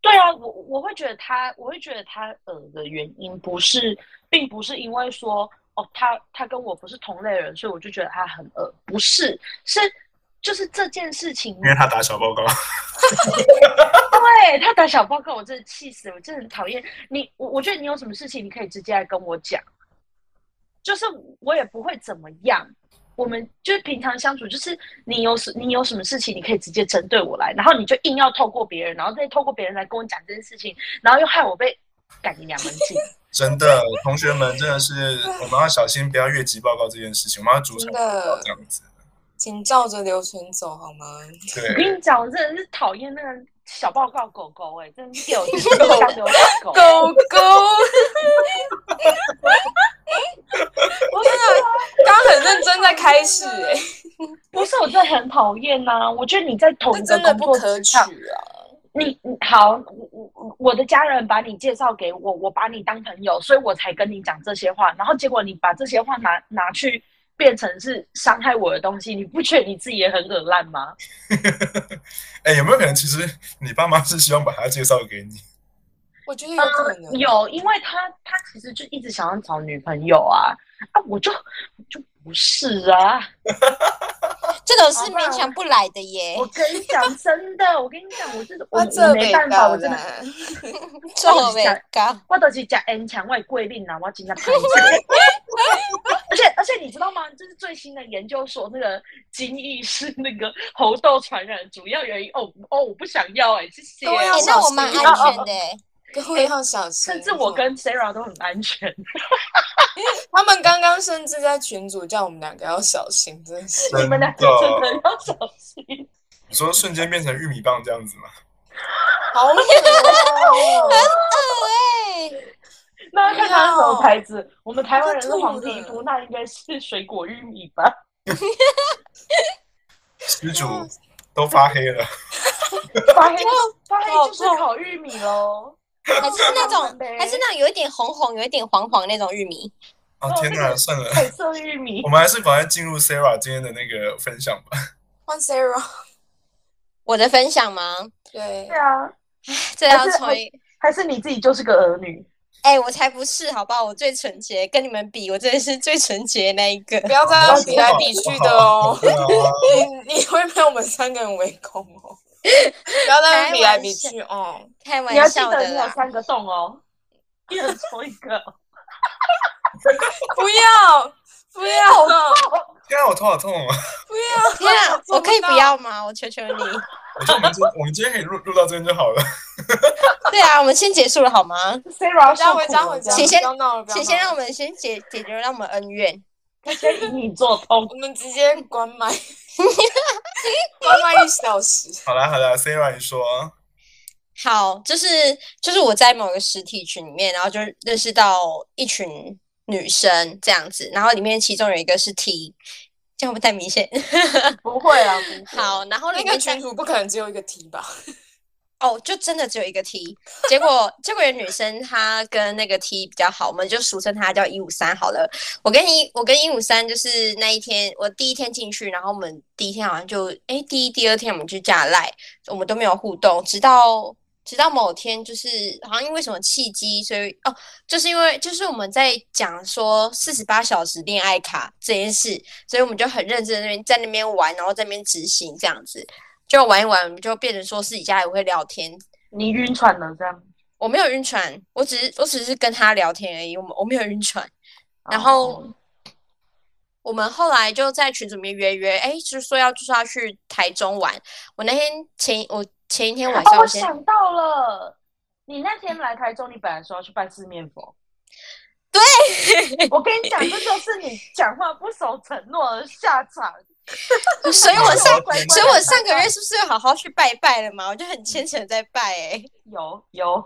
Speaker 2: 对啊，我我会觉得他，我会觉得他呃的原因不是，并不是因为说哦，他他跟我不是同类人，所以我就觉得他很恶，不是，是就是这件事情，
Speaker 1: 因为他打小报告，
Speaker 2: 对他打小报告，我真的气死了，我真的很讨厌你。我我觉得你有什么事情，你可以直接来跟我讲，就是我也不会怎么样。我们就是平常相处，就是你有什你有什么事情，你可以直接针对我来，然后你就硬要透过别人，然后再透过别人来跟我讲这件事情，然后又害我被赶你娘门禁。
Speaker 1: 真的，同学们真的是我们要小心，不要越级报告这件事情，我们要主场
Speaker 3: 真的
Speaker 1: 这样子。
Speaker 3: 请照着流程走好吗？
Speaker 2: 我
Speaker 1: 对，
Speaker 2: 跟你讲，我真的是讨厌那个小报告狗狗、欸哎，真的是给我当流浪狗。
Speaker 3: 狗狗，
Speaker 2: 我真的
Speaker 3: 刚刚很认真在开始、欸，
Speaker 2: 不是，我真的很讨厌呐！我觉得你在同
Speaker 3: 这
Speaker 2: 一个
Speaker 3: 真的
Speaker 2: 工
Speaker 3: 不
Speaker 2: 作
Speaker 3: 可
Speaker 2: 职
Speaker 3: 取
Speaker 2: 场，
Speaker 3: 啊！
Speaker 2: 你你好，我我我的家人把你介绍给我，我把你当朋友，所以我才跟你讲这些话。然后结果你把这些话拿拿去变成是伤害我的东西，你不觉得你自己也很恶烂吗？
Speaker 1: 哎、有没有可能其实你爸妈是希望把他介绍给你？
Speaker 3: 我觉得有可能，
Speaker 2: 嗯有，因为他他其实就一直想要找女朋友啊啊！我就我就不是啊！
Speaker 4: 这种是
Speaker 2: 好吧
Speaker 4: 勉强不来的耶
Speaker 2: 我，跟你 讲真的，我跟你讲，我真的我
Speaker 3: 哎他
Speaker 2: 我
Speaker 3: 这
Speaker 2: 没
Speaker 3: 没
Speaker 2: 办法，
Speaker 3: 到
Speaker 2: 我真的
Speaker 3: 啦
Speaker 4: 皱眉高，
Speaker 2: 我都是讲 N 强，我也贵令啊，我真的拍死。而且而且你知道吗？就是最新的研究说，那个精益是那个猴痘传染的主要原因。哦哦，我不想要哎、谢谢
Speaker 3: 都。要
Speaker 4: 哎、
Speaker 3: 小
Speaker 4: 那我
Speaker 3: 心
Speaker 4: 蛮
Speaker 3: 哦
Speaker 4: 安
Speaker 3: 哦
Speaker 4: 全的耶。
Speaker 3: 各位要小心。
Speaker 2: 哎
Speaker 3: 哦
Speaker 2: 甚至我跟 Sarah 都很安全。
Speaker 3: 他们刚刚甚至在群组叫我们两个要小心，真是。
Speaker 2: 你们两个真的要小心。
Speaker 1: 你说瞬间变成玉米棒这样子吗？
Speaker 3: 好恶哦！
Speaker 4: 对，
Speaker 2: 哦那看它是什么牌子？我们台湾人是
Speaker 3: 我快吐
Speaker 2: 黄皮
Speaker 3: 了
Speaker 2: 肤，那应该是水果玉米吧？
Speaker 1: 失主
Speaker 3: 啊
Speaker 1: 都发黑了，
Speaker 2: 发黑发黑就是烤玉米喽。
Speaker 4: 还是那种
Speaker 2: 慢慢呗，
Speaker 4: 还是那种有一点红红、有一点黄黄那种玉米。
Speaker 1: 啊天哪，算了，
Speaker 2: 彩色玉米
Speaker 1: 我，们还是赶快进入 Sarah 今天的那个分享吧。
Speaker 3: 换 Sarah，
Speaker 4: 我的分享吗？
Speaker 3: 对
Speaker 2: 对，啊，
Speaker 4: 这要
Speaker 2: 还是
Speaker 4: 从一
Speaker 2: 还是你自己就是个儿女？
Speaker 4: 哎、我才不是，好不好？我最纯洁，跟你们比，我真的是最纯洁那一个。
Speaker 3: 不要再比来比去的哦，
Speaker 1: 对啊
Speaker 3: 你 你会被我们三个人围攻哦。不要再比来比去哦，
Speaker 4: 开
Speaker 2: 你要
Speaker 4: 玩
Speaker 2: 记
Speaker 4: 笑
Speaker 2: 得
Speaker 4: 的
Speaker 2: 你有
Speaker 4: 啦，
Speaker 2: 三个洞哦，一人抽一 个。
Speaker 3: 不要不要
Speaker 1: 天啊，我头好痛哦！
Speaker 3: 不要！
Speaker 4: 天啊，
Speaker 3: 做
Speaker 4: 我
Speaker 3: 不
Speaker 4: 可以不
Speaker 3: 到
Speaker 4: 要吗？我求求 你。
Speaker 1: 我觉得我们今我们今天可以录录到这边就好了。
Speaker 4: 对啊，我们先结束了好吗？
Speaker 2: Sarah
Speaker 3: 回家
Speaker 2: 受
Speaker 3: 回家回家，
Speaker 4: 请先
Speaker 3: 不要闹了，不要闹
Speaker 4: 请
Speaker 3: 了
Speaker 4: 先让我们先解解决让我们恩怨。
Speaker 2: 他先以你做通。
Speaker 3: 我们直接关麦， 关麦一小时。
Speaker 1: 好啦好啦，Sarah 你说，
Speaker 4: 好，就是就是我在某个实体群里面，然后就认识到一群女生这样子，然后里面其中有一个是 T，这样会不会太明显？
Speaker 2: 不会啊，不会。
Speaker 4: 好，然后里
Speaker 3: 那个
Speaker 4: 面在
Speaker 3: 群主不可能只有一个 T 吧？
Speaker 4: 哦，就真的只有一个 T。结果，结果有女生她跟那个 T 比较好，我们就俗称她叫一五三好了。我跟一，我跟一五三就是那一天，我第一天进去，然后我们第一天好像就，诶，第一、第二天我们就加赖，我们都没有互动，直到直到某天，就是好像因为什么契机，所以哦，就是因为就是我们在讲说四十八小时恋爱卡这件事，所以我们就很认真地在那边在那边玩，然后在那边执行这样子。就玩一玩，我们就变成说私底下也会聊天。
Speaker 2: 你晕船了这样。
Speaker 4: 我没有晕船，我只是我只是跟他聊天而已，我们我没有晕船。然后
Speaker 2: 哦
Speaker 4: 我们后来就在群组里面约约，哎，就说要就说要去台中玩。我那天前我前一天晚上
Speaker 2: 哦，我
Speaker 4: 先、
Speaker 2: 想到了，你那天来台中，你本来说要去拜四面佛。对，我跟你讲，这就是你讲话不守承诺的下场。
Speaker 4: 所以我上
Speaker 2: 乖乖地
Speaker 4: 所以我上
Speaker 2: 拜
Speaker 4: 个
Speaker 2: 拜
Speaker 4: 月是不是有好好去拜拜了嘛？我就很虔诚地在拜哎、
Speaker 2: 有有，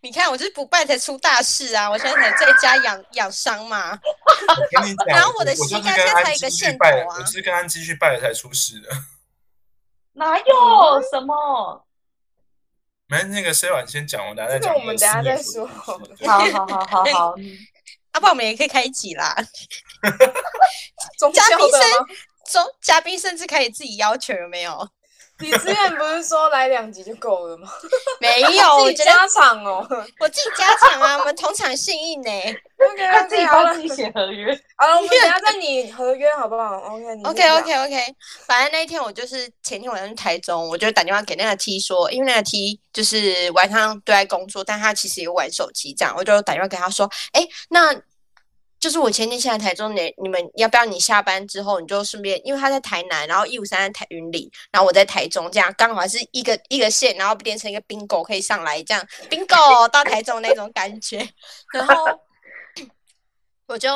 Speaker 4: 你看我就是不拜才出大事啊！我现在才在家养养伤嘛。
Speaker 1: 我跟你讲，
Speaker 4: 然后我的
Speaker 1: 就是
Speaker 4: 膝盖
Speaker 1: 跟
Speaker 4: 现在才
Speaker 1: 安
Speaker 4: 有一个
Speaker 1: 基去
Speaker 4: 线
Speaker 1: 拜
Speaker 4: 头啊
Speaker 1: 我就是跟安基去拜了才出事的。
Speaker 2: 哪有什么？
Speaker 1: 没那个 Sarah 你先讲，我等下再讲
Speaker 3: 这
Speaker 1: 个
Speaker 3: 个
Speaker 1: 私密的故事。
Speaker 3: 我们等下再说
Speaker 1: 对
Speaker 2: 好好好好 好，
Speaker 4: 啊要、不然我们也可以开一集啦。
Speaker 3: 宗教
Speaker 4: 嘉宾
Speaker 3: 的
Speaker 4: 生
Speaker 3: 吗？
Speaker 4: 中嘉宾甚至可以自己要求，有没有？
Speaker 3: 你之前不是说来两集就够了吗？
Speaker 4: 没有，我
Speaker 3: 自己
Speaker 4: 觉得
Speaker 3: 加场哦。
Speaker 4: 我自己加场啊，我们同场幸运呢、
Speaker 3: OK
Speaker 2: 他自己
Speaker 3: OK，好
Speaker 2: 帮
Speaker 3: 了
Speaker 2: 自己写合约。
Speaker 3: 好了，我们等一下再拟合约好不好？OK 你
Speaker 4: OK OK OK，反正那一天我就是前天晚上去台中，我就打电话给那个 T 说，因为那个 T 就是晚上都在工作，但他其实有玩手机这样，我就打电话给他说，哎，那就是我前天下来台中，你你们要不要你下班之后你就顺便，因为他在台南，然后一五三在台云里，然后我在台中，这样刚好是一个一个线，然后变成一个 bingo 可以上来这样 bingo 到台中那种感觉， 然后我就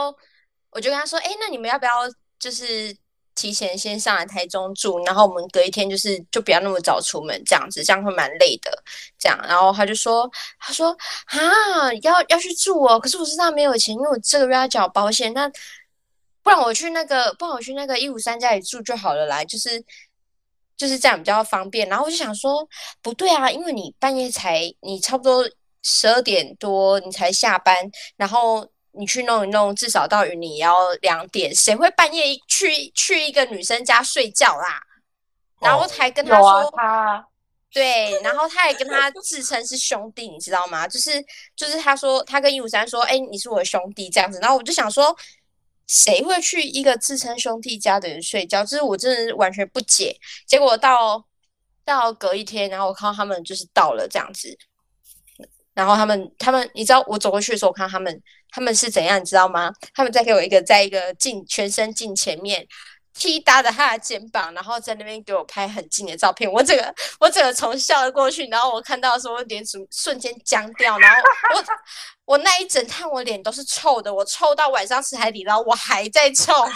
Speaker 4: 我就跟他说，哎，那你们要不要就是提前先上来台中住，然后我们隔一天就是就不要那么早出门，这样子，这样会蛮累的。这样，然后他就说，他说啊，要要去住哦，可是我身上没有钱，因为我这个月要缴保险，那不然我去那个，不然我去那个一五三家里住就好了啦，就是就是这样比较方便。然后我就想说，不对啊，因为你半夜才，你差不多十二点多你才下班，然后。你去弄一弄，至少到云林也要两点。谁会半夜去去一个女生家睡觉啦？然后还跟他
Speaker 2: 有啊
Speaker 4: 说，，
Speaker 2: 他
Speaker 4: 对，然后他也跟他自称是兄弟，你知道吗？就是就是他说他跟一五三说，哎、你是我的兄弟这样子。然后我就想说，谁会去一个自称兄弟家的人睡觉？就是我真的是完全不解。结果到到隔一天，然后我看到他们就是到了这样子，然后他们他们，你知道我走过去的时候，我看到他们他们是怎样，你知道吗？他们在给我一个在一个镜全身镜前面。踢搭着他的肩膀，然后在那边给我拍很近的照片。我整个我整个从笑了过去，然后我看到的时候，我脸瞬瞬间僵掉，然后我我 那一整趟我脸都是臭的，我臭到晚上吃海底捞，我还在臭。我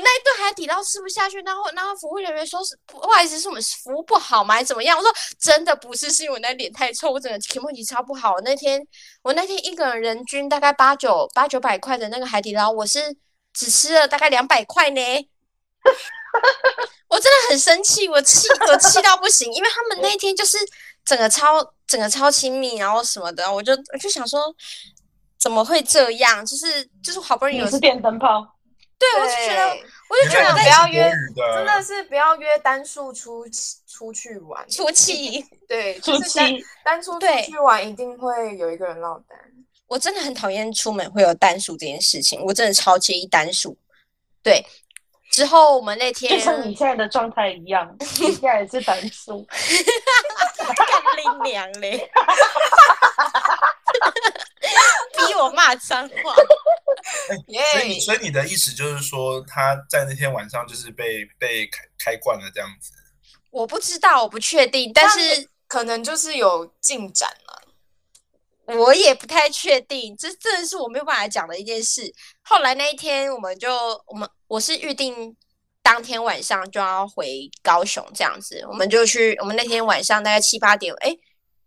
Speaker 4: 那一顿海底捞吃不下去，然后然后服务人员说是不好意思，是我们服务不好吗？还是怎么样？我说真的不是，是因为我那脸太臭，我整个情绪超不好。我那天我那天一个人人均大概八九八九百块的那个海底捞，我是只吃了大概两百块呢。我真的很生气，我气我气到不行，因为他们那一天就是整个超整个超亲密，然后什么的，我就我就想说，怎么会这样？就是就是好不容易
Speaker 2: 你
Speaker 4: 有
Speaker 2: 是电灯泡，
Speaker 4: 对，我就觉得我就
Speaker 1: 你
Speaker 4: 觉得
Speaker 1: 看
Speaker 4: 我
Speaker 1: 你
Speaker 4: 在
Speaker 3: 不要约
Speaker 1: 国语的，
Speaker 3: 真的是不要约单数出出去玩，
Speaker 4: 出气，
Speaker 3: 对，
Speaker 2: 初
Speaker 3: 就是单
Speaker 2: 期
Speaker 3: 单数出
Speaker 4: 对
Speaker 3: 去玩一定会有一个人落单。
Speaker 4: 我真的很讨厌出门会有单数这件事情，我真的超介意单数。对，之后我们那天
Speaker 2: 就像你现在的状态一样，你现在也是单数。
Speaker 4: 干你娘嘞！ 逼我骂脏话，
Speaker 3: 耶、
Speaker 1: 所以你所以你的意思就是说，他在那天晚上就是被被开开惯了这样子。
Speaker 4: 我不知道，我不确定，但
Speaker 3: 那
Speaker 4: 是
Speaker 3: 可能就是有进展了。
Speaker 4: 我也不太确定，这真的是我没有办法讲的一件事。后来那一天，我们就我们我是预定当天晚上就要回高雄这样子，我们就去，我们那天晚上大概七八点，哎，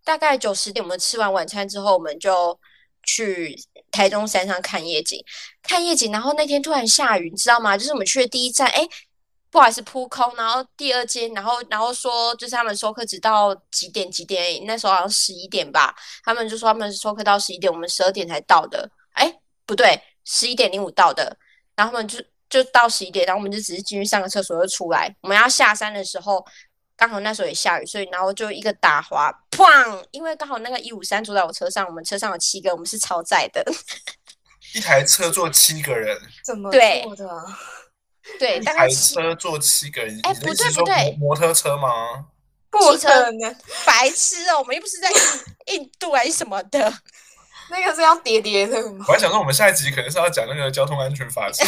Speaker 4: 大概九十点，我们吃完晚餐之后，我们就去台中山上看夜景，看夜景。然后那天突然下雨，你知道吗？就是我们去的第一站，哎，不好意思扑空，然后第二间，然后然后说就是他们收课只到几点几点而已，那时候好像十一点吧。他们就说他们授课到十一点，我们十二点才到的。哎，不对，十一点零五到的。然后他们就就到十一点，然后我们就只是进去上个厕所就出来。我们要下山的时候，刚好那时候也下雨，所以然后就一个打滑，砰！因为刚好那个一五三坐在我车上，我们车上有七个，我们是超载的。
Speaker 1: 一台车坐七个人，
Speaker 3: 怎么
Speaker 4: 对
Speaker 3: 做的啊？哎
Speaker 4: 对，
Speaker 1: 一
Speaker 4: 大概
Speaker 1: 台
Speaker 4: 七
Speaker 1: 车坐七个人。
Speaker 4: 哎
Speaker 1: 你的意
Speaker 4: 不对
Speaker 1: 思是说
Speaker 4: 不对
Speaker 1: 摩摩托车吗？
Speaker 3: 不
Speaker 4: 汽车
Speaker 3: 可能，
Speaker 4: 白痴哦，我们又不是在印印度还是什么的。
Speaker 3: 那个是要叠叠乐吗？
Speaker 1: 我还想说，我们下一集可能是要讲那个交通安全法则。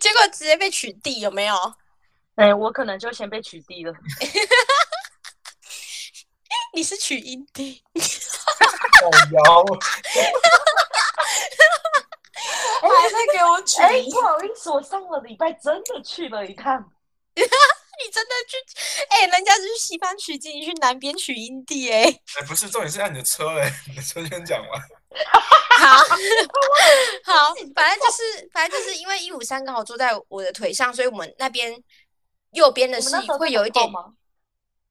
Speaker 4: 结果直接被取缔，有没有？
Speaker 2: 哎、我可能就先被取缔了。
Speaker 4: 你是取阴地。
Speaker 1: 好摇，
Speaker 3: 还在给我取
Speaker 2: 哎、不好意思，我上个礼拜真的去了一趟。
Speaker 4: 你真的去？哎、人家是去西方取经，你去南边取阴地哎、
Speaker 1: 哎，不是，重点是按你的车哎，你的车先讲完。
Speaker 4: 好 好，反正就是反正就是因为一五三刚好坐在我的腿上，所以我们那边右边的
Speaker 2: 我们
Speaker 4: 是
Speaker 2: 那时候
Speaker 4: 会
Speaker 2: 在
Speaker 4: 有一
Speaker 2: 打炮
Speaker 4: 点
Speaker 2: 吗？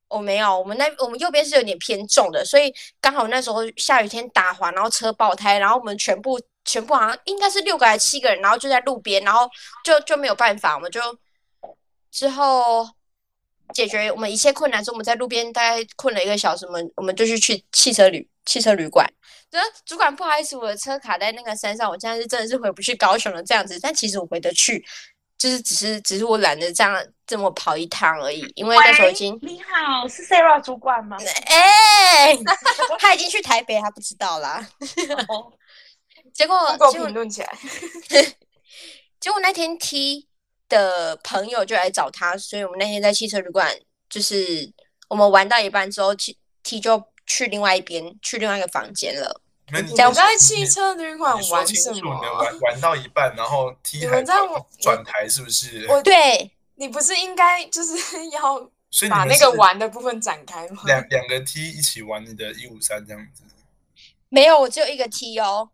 Speaker 4: 我、哦没有，我们那我们右边是有点偏重的，所以刚好那时候下雨天打滑，然后车爆胎，然后我们全部全部好像应该是六个还是七个人，然后就在路边，然后就就没有办法，我们就之后解决我们一切困难之后，我们在路边大概困了一个小时，我们我们就去去汽车旅汽车旅馆。然后主管不好意思，我的车卡在那个山上，我现在是真的是回不去高雄了这样子，但其实我回得去。就是只是只是我懒得这样这么跑一趟而已，因为那时候已经
Speaker 2: 喂你好，是 Sarah 主管吗？
Speaker 4: 哎、他已经去台北，他不知道啦。
Speaker 2: 哦
Speaker 4: 结果，
Speaker 3: Google
Speaker 4: 结
Speaker 3: 评
Speaker 4: 果，
Speaker 3: 论起来，
Speaker 4: 结果那天 T 的朋友就来找他，所以我们那天在汽车旅馆，就是我们玩到一半之后，T T 就去另外一边，去另外一个房间了。
Speaker 1: 那你
Speaker 3: 我
Speaker 4: 讲
Speaker 3: 们在汽车旅馆
Speaker 1: 你说
Speaker 3: 玩
Speaker 1: 清
Speaker 3: 什
Speaker 1: 楚，
Speaker 3: 么
Speaker 1: 你们
Speaker 3: 啊？
Speaker 1: 玩玩到一半，然后 T
Speaker 3: 你
Speaker 1: 台
Speaker 3: 们在
Speaker 1: 转
Speaker 3: 我
Speaker 1: 转台是不是？
Speaker 3: 我
Speaker 4: 对，
Speaker 3: 你不是应该就是 要
Speaker 1: 所以你
Speaker 3: 把
Speaker 1: 们
Speaker 3: 那
Speaker 1: 是
Speaker 3: 个玩的部分展开吗？
Speaker 1: 两两个 T 一起玩你的一五三这样子。
Speaker 4: 没有，我只有一个 T 哦。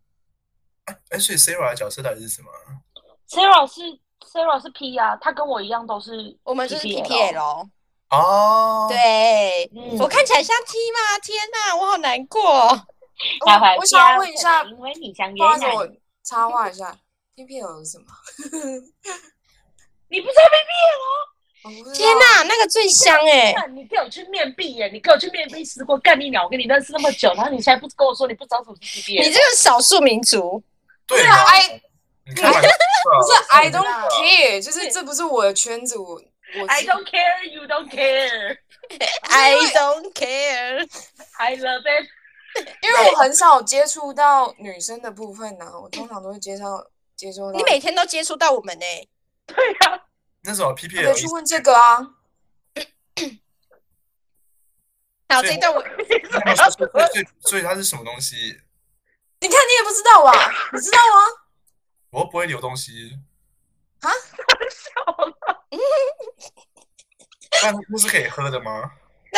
Speaker 1: 哎，所以 Sarah 的角色到底是什么啊？
Speaker 2: Sarah 是 Sarah 是 P 啊，她跟我一样都是
Speaker 4: 我们就是
Speaker 2: PPL
Speaker 4: PPL，
Speaker 1: 哦，，
Speaker 4: 对
Speaker 2: 嗯
Speaker 4: 我看起来像 T 吗？天哪，我好难过。
Speaker 3: 我
Speaker 2: 大白
Speaker 3: 我想要
Speaker 2: 天
Speaker 3: 问一下，
Speaker 2: 因为你想
Speaker 3: 不好意思，
Speaker 2: 爷奶
Speaker 3: 我插话一下，PPL 是什么？
Speaker 2: 你不是在
Speaker 3: 我不知道
Speaker 4: 天哪，那个最香哎、
Speaker 2: 那你给我去面壁耶！你给我去面壁思过，干你鸟！我跟你认识那么久，然后你现在不跟我说你不知道什么是 B
Speaker 4: 你
Speaker 2: B，
Speaker 4: 这个少数民 族，
Speaker 1: 对
Speaker 3: 对啊
Speaker 1: 嘛
Speaker 3: ，I
Speaker 1: 你看嘛，不是
Speaker 3: 不是 I don't
Speaker 2: 道
Speaker 3: care，就是这不是我的圈子，我我
Speaker 2: I
Speaker 3: 是
Speaker 2: don't care, you don't care.
Speaker 4: I don't care。
Speaker 2: I love it.
Speaker 3: 因为我很少接触到女生的部分呢、我通常都会接到接触到。
Speaker 4: 你每天都接触到我们呢、欸
Speaker 2: 对啊，
Speaker 1: 那什么
Speaker 3: 我得
Speaker 1: PPL
Speaker 3: 去问这个啊，
Speaker 4: 好，
Speaker 1: 对
Speaker 4: 这一段我
Speaker 1: 所以所以所以它是什么东西？
Speaker 3: 你看你也不知道啊，你知道吗？
Speaker 1: 我又不会留东西， 那那是可以喝的吗？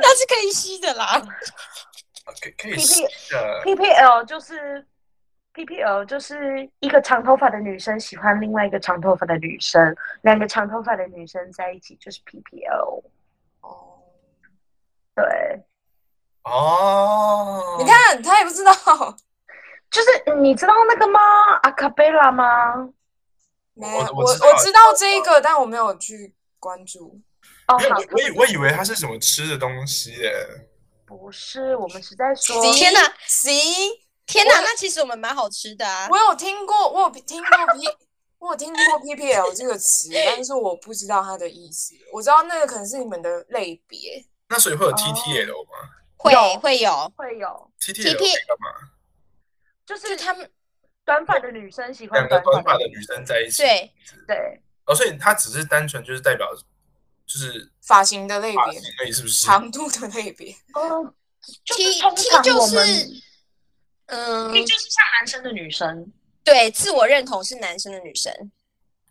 Speaker 4: 那是可以吸的啦。
Speaker 1: 啊可以可以
Speaker 2: PP
Speaker 1: 吸的
Speaker 2: P P L 就是 P P L 就是一个长头发的女生喜欢另外一个长头发的女生，两个长头发的女生在一起就是 P P L。
Speaker 3: 哦，
Speaker 2: 对，
Speaker 1: 哦。
Speaker 3: 你，看他也不知道，
Speaker 2: 就是你知道那个吗？阿卡贝拉吗？
Speaker 3: 没有
Speaker 1: 我
Speaker 3: 我
Speaker 1: 我知道
Speaker 3: 知道这个，但我没有去关注。
Speaker 2: 哦，
Speaker 1: 没有
Speaker 2: 好，
Speaker 1: 我我以我以为它是什么吃的东西耶，
Speaker 2: 不是，我们是在说，
Speaker 4: 天哪，
Speaker 3: 行，
Speaker 4: 天哪，那其实我们蛮好吃的啊。
Speaker 3: 我有听过，我有听过 P，我有听过 PPL 这个词，但是我不知道它的意思。我知道那个可能是你们的类别，
Speaker 1: 那所以会有 TTL 吗
Speaker 4: 会
Speaker 2: 有
Speaker 4: 会有，
Speaker 2: 会有，
Speaker 1: ？TTL 可
Speaker 4: TP
Speaker 1: 以干嘛？
Speaker 2: 就是
Speaker 4: 就是他们
Speaker 2: 短发的女生喜欢
Speaker 1: 两个短发
Speaker 2: 发
Speaker 1: 的女生在一起，
Speaker 4: 对
Speaker 2: 对，
Speaker 1: 哦，所以它只是单纯就是代表就是
Speaker 3: 发型的类
Speaker 1: 发
Speaker 3: 别
Speaker 1: 型，而已，是不是？
Speaker 3: 长度的类 别。
Speaker 2: 哦，就
Speaker 4: T
Speaker 2: 是通
Speaker 4: T
Speaker 2: 常
Speaker 4: 就
Speaker 2: 我们
Speaker 4: 是嗯
Speaker 2: T，就是像男生的女生，
Speaker 4: 对，自我认同是男生的女生，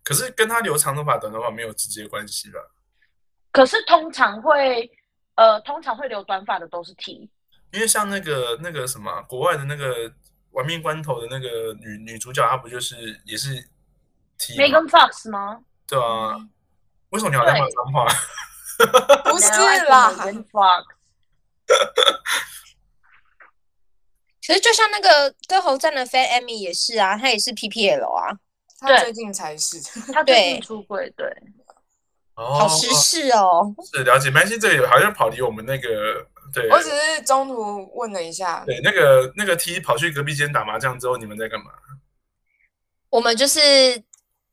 Speaker 1: 可是跟他留长头发、短头发没有直接关系吧？
Speaker 2: 可是通常会呃，通常会留短发的都是 T，
Speaker 1: 因为像那个那个什么啊，国外的那个《玩命关头》的那个女女主角，她不就是也是 T 吗
Speaker 2: Megan Fox 吗？
Speaker 1: 对啊？
Speaker 4: 嗯
Speaker 1: 为什么你好像骂脏话？
Speaker 4: 啊
Speaker 3: 不是
Speaker 2: Now I can
Speaker 3: 啦，
Speaker 2: Megan Fox，
Speaker 4: 可是就像那个歌喉战的 Fat Amy 也是啊，她也是 PPL 啊，
Speaker 3: 他最近才是。
Speaker 2: 他最
Speaker 4: 对
Speaker 2: 近出轨，对，
Speaker 1: 哦
Speaker 4: 好时事哦。
Speaker 1: 是了解，没关系，这个有好像跑离我们那个对
Speaker 3: 我只是中途问了一下，
Speaker 1: 对那个那个 T 跑去隔壁间打麻将之后，你们在干嘛？
Speaker 4: 我们就是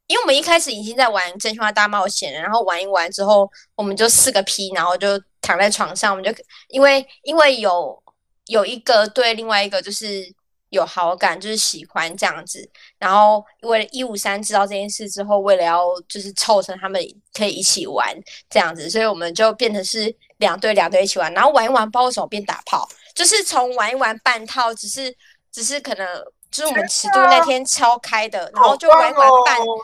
Speaker 4: 因为我们一开始已经在玩《真心话大冒险》了，然后玩一玩之后，我们就四个 P，然后就躺在床上，我们就因为因为有有一个对另外一个就是有好感，就是喜欢这样子。然后为了一五三知道这件事之后，为了要就是凑成他们可以一起玩这样子，所以我们就变成是两队两队一起玩，然后玩一玩，不知道为什么变打炮，就是从玩一玩半套，只是只是可能就是我们尺度那天超开的，然后就玩一玩半。
Speaker 1: 好棒哦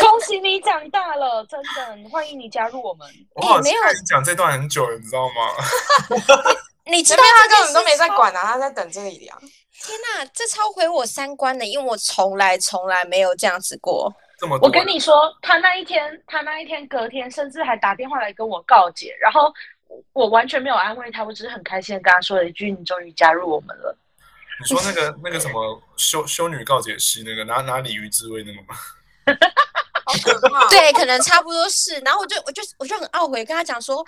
Speaker 2: 恭喜你长大了，真的，欢迎你加入我们。
Speaker 1: 我好
Speaker 4: 哎没有
Speaker 1: 像讲这段很久了，你知道吗？
Speaker 4: 你知
Speaker 3: 前
Speaker 4: 道
Speaker 3: 面他
Speaker 4: 这件
Speaker 3: 根本都
Speaker 4: 事
Speaker 3: 没在
Speaker 4: 超
Speaker 3: 管啊，他在等这个聊。
Speaker 4: 天呐，这超毁我三观的，因为我从来从来没有这样子过。
Speaker 1: 这么多
Speaker 2: 我跟你说，他那一天，他那一天隔天，甚至还打电话来跟我告解，然后我我完全没有安慰他，我只是很开心的跟他说了一句：“你终于加入我们了。
Speaker 1: 你说那个那个什么修修女告解师那个拿拿鲤鱼自慰那个吗？
Speaker 3: 好可怕！，哦
Speaker 4: 对，可能差不多是。然后我就我就我就很懊悔，跟他讲说，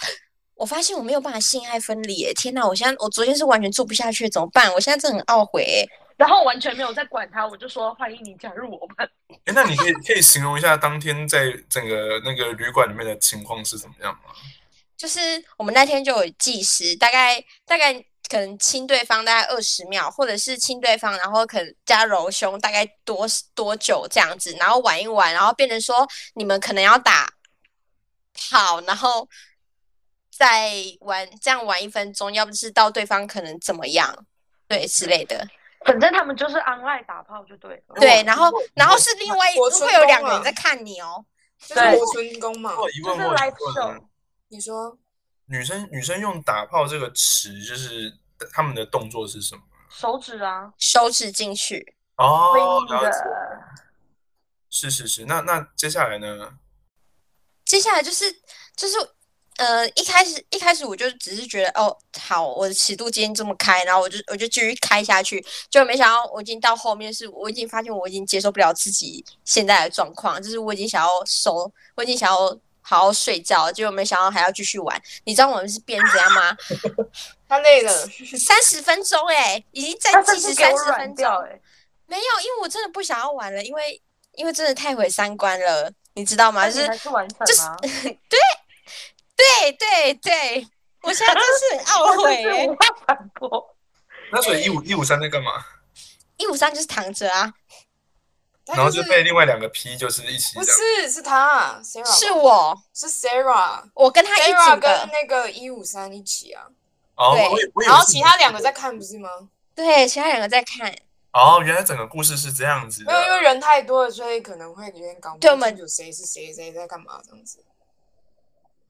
Speaker 4: 我发现我没有办法性爱分离耶。天呐，我现在我昨天是完全做不下去，怎么办？我现在真的很懊悔耶。”
Speaker 2: 然后完全没有在管他，我就说：“欢迎你加入我们。
Speaker 1: 哎，那你可以可以形容一下当天在整个那个旅馆里面的情况是怎么样吗？
Speaker 4: 就是我们那天就有计时，大概大概可能亲对方大概二十秒，或者是亲对方，然后可能加揉胸大概多多久这样子，然后玩一玩，然后变成说你们可能要打跑，然后再玩这样玩一分钟，要不就是到对方可能怎么样，对之类的。
Speaker 2: 反正他们就是 online 打炮就对了。
Speaker 4: 对，然后然后是另外一
Speaker 3: 我春
Speaker 4: 会有两
Speaker 3: 宫
Speaker 4: 个人
Speaker 3: 啊
Speaker 4: 在看你哦。
Speaker 3: 就是
Speaker 2: 对
Speaker 3: 我春宫嘛。
Speaker 1: 我疑
Speaker 2: 就
Speaker 1: 问
Speaker 2: 是
Speaker 1: 我有疑问
Speaker 2: live show
Speaker 1: 啊，
Speaker 3: 你说
Speaker 1: 女生女生用打炮这个词，就是他们的动作是什么？
Speaker 2: 手指啊，
Speaker 4: 手指进去，
Speaker 1: 哦
Speaker 2: 挥，
Speaker 1: 了解，
Speaker 2: 的，
Speaker 1: 是是是。那那接下来呢？
Speaker 4: 接下来就是就是呃，一开始一开始我就只是觉得哦，好，我的尺度今天这么开，然后我就我就继续开下去，就没想到我已经到后面是，我已经发现我已经接受不了自己现在的状况，就是我已经想要收，我已经想要好好睡觉，结果没想到还要继续玩，你知道我们是变成怎样吗？
Speaker 3: 他累了，
Speaker 4: 三十分钟哎、已经在
Speaker 2: 他甚
Speaker 4: 计时
Speaker 2: 至给
Speaker 4: 三
Speaker 2: 我
Speaker 4: 十
Speaker 2: 软
Speaker 4: 分钟
Speaker 2: 掉，哎，
Speaker 4: 没有，因为我真的不想要玩了，因为因为真的太毁三观了，你知道吗？
Speaker 2: 那
Speaker 4: 就
Speaker 2: 你
Speaker 4: 是
Speaker 2: 还是完成
Speaker 4: 就是
Speaker 2: 吗？
Speaker 4: 对对对，我现在真 是很
Speaker 2: 我
Speaker 4: 懊
Speaker 2: 真
Speaker 4: 悔
Speaker 2: 是
Speaker 4: 欸
Speaker 2: 无。法反驳。
Speaker 1: 那所以一五一五三在干嘛？
Speaker 4: 一五三就是躺着啊，
Speaker 3: 他
Speaker 1: 然后
Speaker 3: 就
Speaker 1: 就是被另外两个 P 就是一起
Speaker 3: 不
Speaker 1: 这样。
Speaker 3: 是是他 Sarah 吧
Speaker 4: 是我，
Speaker 3: 是 Sarah
Speaker 4: 我跟他一
Speaker 3: Sarah 跟
Speaker 4: 组的，
Speaker 3: 那个一五三一起啊，
Speaker 1: 哦，
Speaker 4: 对
Speaker 1: 我以我以为
Speaker 3: 然后
Speaker 1: 是
Speaker 3: 其他两个在看不是吗？
Speaker 4: 对，其他两个在看，
Speaker 1: 哦，原来整个故事是这样子
Speaker 3: 没有，因
Speaker 1: 的。
Speaker 3: 为人太多了，所以可能会有点搞不
Speaker 4: 对我
Speaker 3: 清
Speaker 4: 们
Speaker 3: 楚谁是谁，谁在干嘛这样子。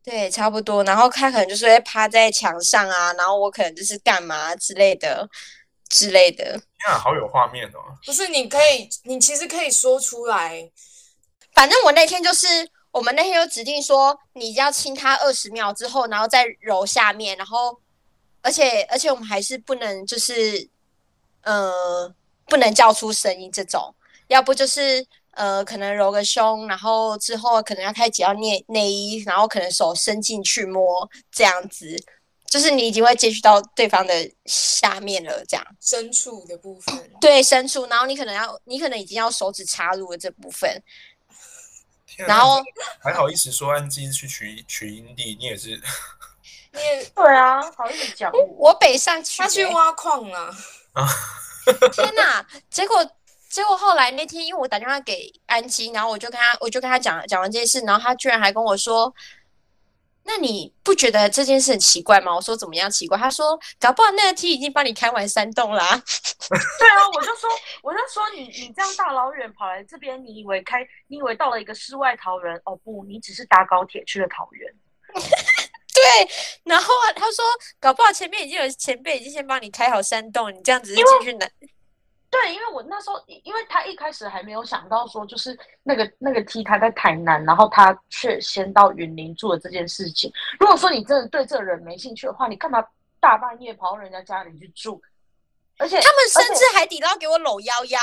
Speaker 4: 对，差不多。然后他可能就是会趴在墙上啊，然后我可能就是干嘛之类的之类的。
Speaker 1: 天啊，好有画面哦！
Speaker 3: 不是，你可以，你其实可以说出来，
Speaker 4: 反正我那天就是，我们那天就指定说，你要亲他二十秒之后，然后再揉下面，然后，而且而且我们还是不能就是，呃，不能叫出声音这种，要不就是呃，可能揉个胸，然后之后可能要开始解到内内衣，然后可能手伸进去摸这样子，就是你已经会接触到对方的下面了，这样。
Speaker 3: 深处的部分。
Speaker 4: 对，伸出，然后你可能要，你可能已经要手指插入了这部分，
Speaker 1: 天啊，
Speaker 4: 然后
Speaker 1: 还好意思说安基去取取阴蒂，你也 是
Speaker 3: 你也
Speaker 2: 对啊，好意思讲我。
Speaker 4: 我北上去、
Speaker 3: 他去
Speaker 4: 欸
Speaker 3: 挖矿啊了、
Speaker 4: 天呐！结果结果后来那天，因为我打电话给安吉，然后我就跟他我就跟他讲讲完这件事，然后他居然还跟我说：“那你不觉得这件事很奇怪吗？”我说：“怎么样奇怪？”他说：“搞不好那个 T 已经帮你开完山洞啦、
Speaker 2: 对啊，我就说，我就说你你这样大老远跑来这边，你以为开，你以为到了一个世外桃源？哦不，你只是搭高铁去了桃园。
Speaker 4: 然后啊他说：“搞不好前面已经有前辈已经先帮你开好山洞，你这样只是
Speaker 2: 因为
Speaker 4: 进去拿。
Speaker 2: 对，因为我那时候，因为他一开始还没有想到说，就是那个那个 T 他在台南，然后他却先到云林住的这件事情。如果说你真的对这个人没兴趣的话，你干嘛大半夜跑到人家家里去住？而且
Speaker 4: 他们
Speaker 2: 而
Speaker 4: 甚
Speaker 2: 且
Speaker 4: 至还抵到给我搂腰腰。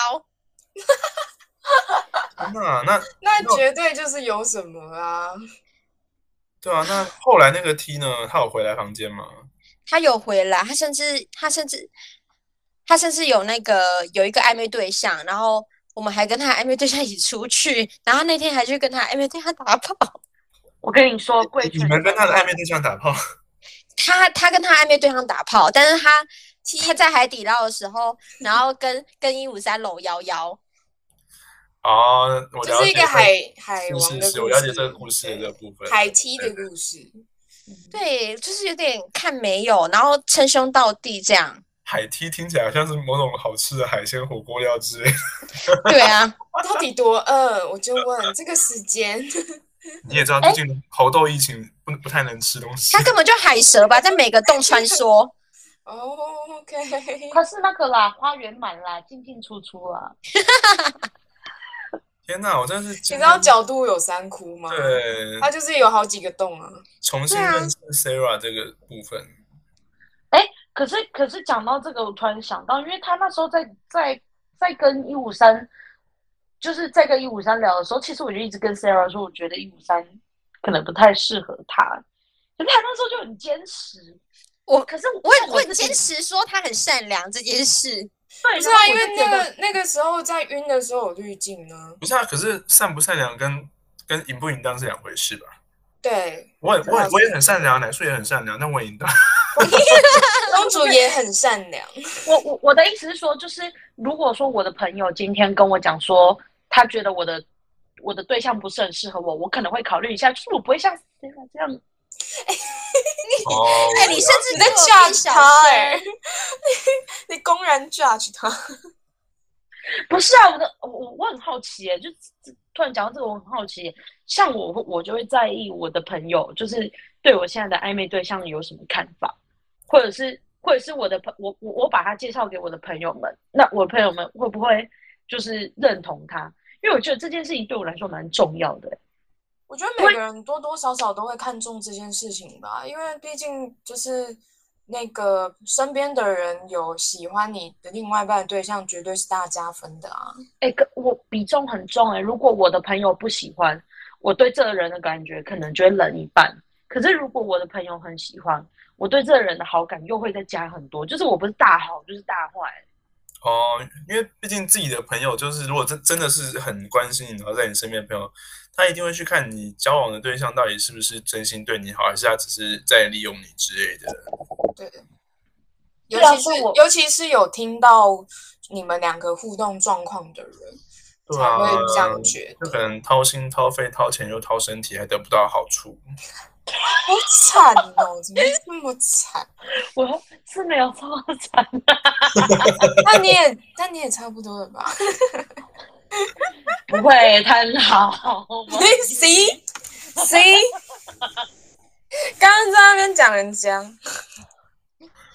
Speaker 1: 天哪，那
Speaker 3: 那绝对就是有什么啊！
Speaker 1: 对啊，那后来那个 T 呢？他有回来房间吗？
Speaker 4: 他有回来，他甚至他甚至他甚至有那个有一个暧昧对象，然后我们还跟他暧昧对象一起出去，然后那天还去跟他暧昧对象打炮。
Speaker 2: 我跟你说，贵
Speaker 1: 你
Speaker 2: 圈
Speaker 1: 们跟他的暧昧对象打炮？
Speaker 4: 他他跟他暧昧对象打炮，但是他他在海底捞的时候，然后跟跟一五三搂幺幺，
Speaker 1: 哦，我
Speaker 3: 就
Speaker 1: 了
Speaker 3: 是
Speaker 1: 解
Speaker 3: 一个海海
Speaker 1: 是
Speaker 3: 王
Speaker 1: 是
Speaker 3: 的故
Speaker 1: 是，
Speaker 3: 事，
Speaker 1: 我了解这个故事的这个部分。
Speaker 3: 海梯的故事。
Speaker 4: 对，就是有点看没有，然后称兄道弟这样。
Speaker 1: 海梯听起来像是某种好吃的海鲜火锅料之类的。
Speaker 4: 对啊，
Speaker 3: 到底多饿？我就问这个时间，
Speaker 1: 你也知
Speaker 3: 哎
Speaker 1: 道，最近猴痘疫情不不太能吃东西
Speaker 4: 他。根本就海蛇吧，在每个洞穿梭。
Speaker 3: 哦，OK，
Speaker 2: 可是那个啦，花园满啦，进进出出啊啦。
Speaker 1: 天哪，我真的是
Speaker 3: 你
Speaker 1: 你
Speaker 3: 知道角度有三窟吗？，
Speaker 1: 对
Speaker 3: 它就是有好几个洞啊。
Speaker 1: 重新认识 Sarah 这个部分。
Speaker 2: 可是可是讲到这个，我突然想到，因为他那时候在在在跟一五三，就是在跟一五三聊的时候，其实我就一直跟 Sarah 说，我觉得一五三可能不太适合他。可是他那时候就很坚持，
Speaker 4: 我
Speaker 2: 可是
Speaker 4: 我很
Speaker 2: 但
Speaker 4: 我很
Speaker 2: 自己
Speaker 4: 坚持说他很善良这件事。
Speaker 2: 对，
Speaker 3: 不是
Speaker 2: 然后
Speaker 3: 啊，
Speaker 2: 我
Speaker 3: 因
Speaker 2: 就
Speaker 3: 为
Speaker 2: 觉
Speaker 3: 那
Speaker 2: 得
Speaker 3: 个那个时候在晕的时候有滤镜呢。
Speaker 1: 不是啊，可是善不善良跟跟淫不淫荡是两回事吧？
Speaker 3: 对，
Speaker 1: 我也我也
Speaker 3: 对啊
Speaker 1: 我也很善良，奶树也很善良，但我也淫荡。
Speaker 2: 啊
Speaker 3: 公主也很善良。
Speaker 2: 我我我的意思是说，就是如果说我的朋友今天跟我讲说，他觉得我的我的对象不是很适合我，我可能会考虑一下，就是我不会像 Sarah 啊这样
Speaker 1: 哦，
Speaker 4: 哎、你甚至
Speaker 3: 你
Speaker 4: 比
Speaker 3: 在
Speaker 4: 我更
Speaker 3: judge
Speaker 4: 小
Speaker 3: 他
Speaker 4: 声
Speaker 3: 哎、你你公然 judge 他，
Speaker 2: 不是啊，我的我我我很好奇耶，就突然讲到这个，我很好奇。像我我就会在意我的朋友，就是对我现在的暧昧对象有什么看法，或者是或者是我的朋我我我把他介绍给我的朋友们，那我的朋友们会不会就是认同他？因为我觉得这件事情对我来说蛮重要的。
Speaker 3: 我觉得每个人多多少少都会看重这件事情吧，因为毕竟就是那个身边的人有喜欢你的另外一半的对象，绝对是大加分的啊。
Speaker 2: 哎、跟我比重很重哎、如果我的朋友不喜欢，我对这个人的感觉可能就会冷一半。可是如果我的朋友很喜欢，我对这个人的好感又会再加很多。就是我不是大好就是大坏、
Speaker 1: 哦，因为毕竟自己的朋友，就是如果真真的是很关心你，然后在你身边的朋友，他一定会去看你交往的对象到底是不是真心对你好，还是他只是在利用你之类的。
Speaker 3: 对，尤
Speaker 2: 对啊
Speaker 3: 其
Speaker 2: 所以
Speaker 3: 是
Speaker 2: 我
Speaker 3: 尤其是有听到你们两个互动状况的人，
Speaker 1: 对
Speaker 3: 才
Speaker 1: 啊，
Speaker 3: 会这样觉
Speaker 1: 就
Speaker 3: 得，
Speaker 1: 可能掏心掏肺、掏钱又掏身体，还得不到好处。
Speaker 3: 好惨哦，怎么这么惨？
Speaker 2: 我是没有错 惨，
Speaker 3: 那你也，那你也差不多了吧
Speaker 2: 不会很好。
Speaker 3: ？C C，刚刚在那边讲人家，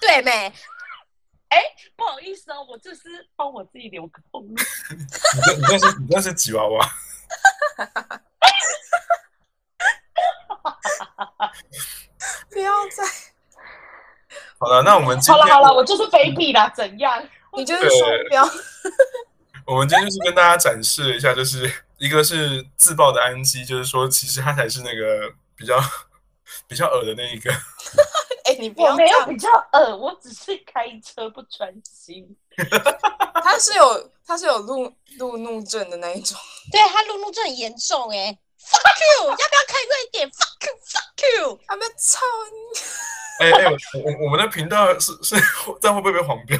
Speaker 4: 对没？
Speaker 2: 不好意思哦，我这是帮我自己留个后路。
Speaker 1: 你这、你这是、你这是吉娃娃。
Speaker 3: 不要再，
Speaker 1: 好了，那我们今
Speaker 2: 好了
Speaker 1: 天
Speaker 2: 好了，我就是 baby 啦，怎样？
Speaker 3: 你就是双标，
Speaker 1: 我们今天就是跟大家展示了一下，就是一个是自爆的安基，就是说其实他才是那个比较 比较恶的那一个。
Speaker 3: 哎、你不
Speaker 2: 我
Speaker 3: 要这
Speaker 2: 没有
Speaker 3: 样，
Speaker 2: 比较恶，我只是开车不专心。
Speaker 3: 他是有他是有路路怒症的那一种，
Speaker 4: 对他路怒症很严重哎、Fuck you！要不要开快一点？Fuck you！Fuck you！
Speaker 3: 他被操你，
Speaker 1: 哎哎，我我我们的频道是是这样会不会被黄标？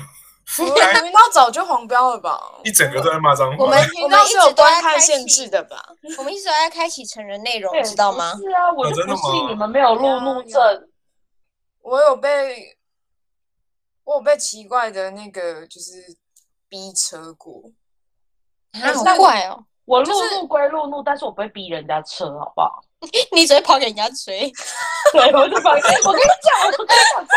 Speaker 3: 我们频道早就黄标了吧？
Speaker 1: 一整个都在骂脏
Speaker 4: 我
Speaker 1: 话
Speaker 4: 们。
Speaker 3: 频道是有观看限制的吧？
Speaker 4: 我们一直都在开启成人内容
Speaker 2: 对，，
Speaker 4: 知道吗
Speaker 2: 不？是啊，我
Speaker 1: 哦
Speaker 2: 就
Speaker 1: 真的
Speaker 2: 不
Speaker 1: 吗
Speaker 2: 信你们没有路怒症。
Speaker 3: 我有被，我有被奇怪的那个就是逼车过，
Speaker 4: 啊，
Speaker 3: 是
Speaker 4: 好怪哦！
Speaker 2: 我路
Speaker 3: 就是
Speaker 2: 怒归路怒，但是我不会逼人家车，好不好？
Speaker 4: 你只会跑给人家 追，
Speaker 2: 对，我就把，我跟你讲，我跟你讲，这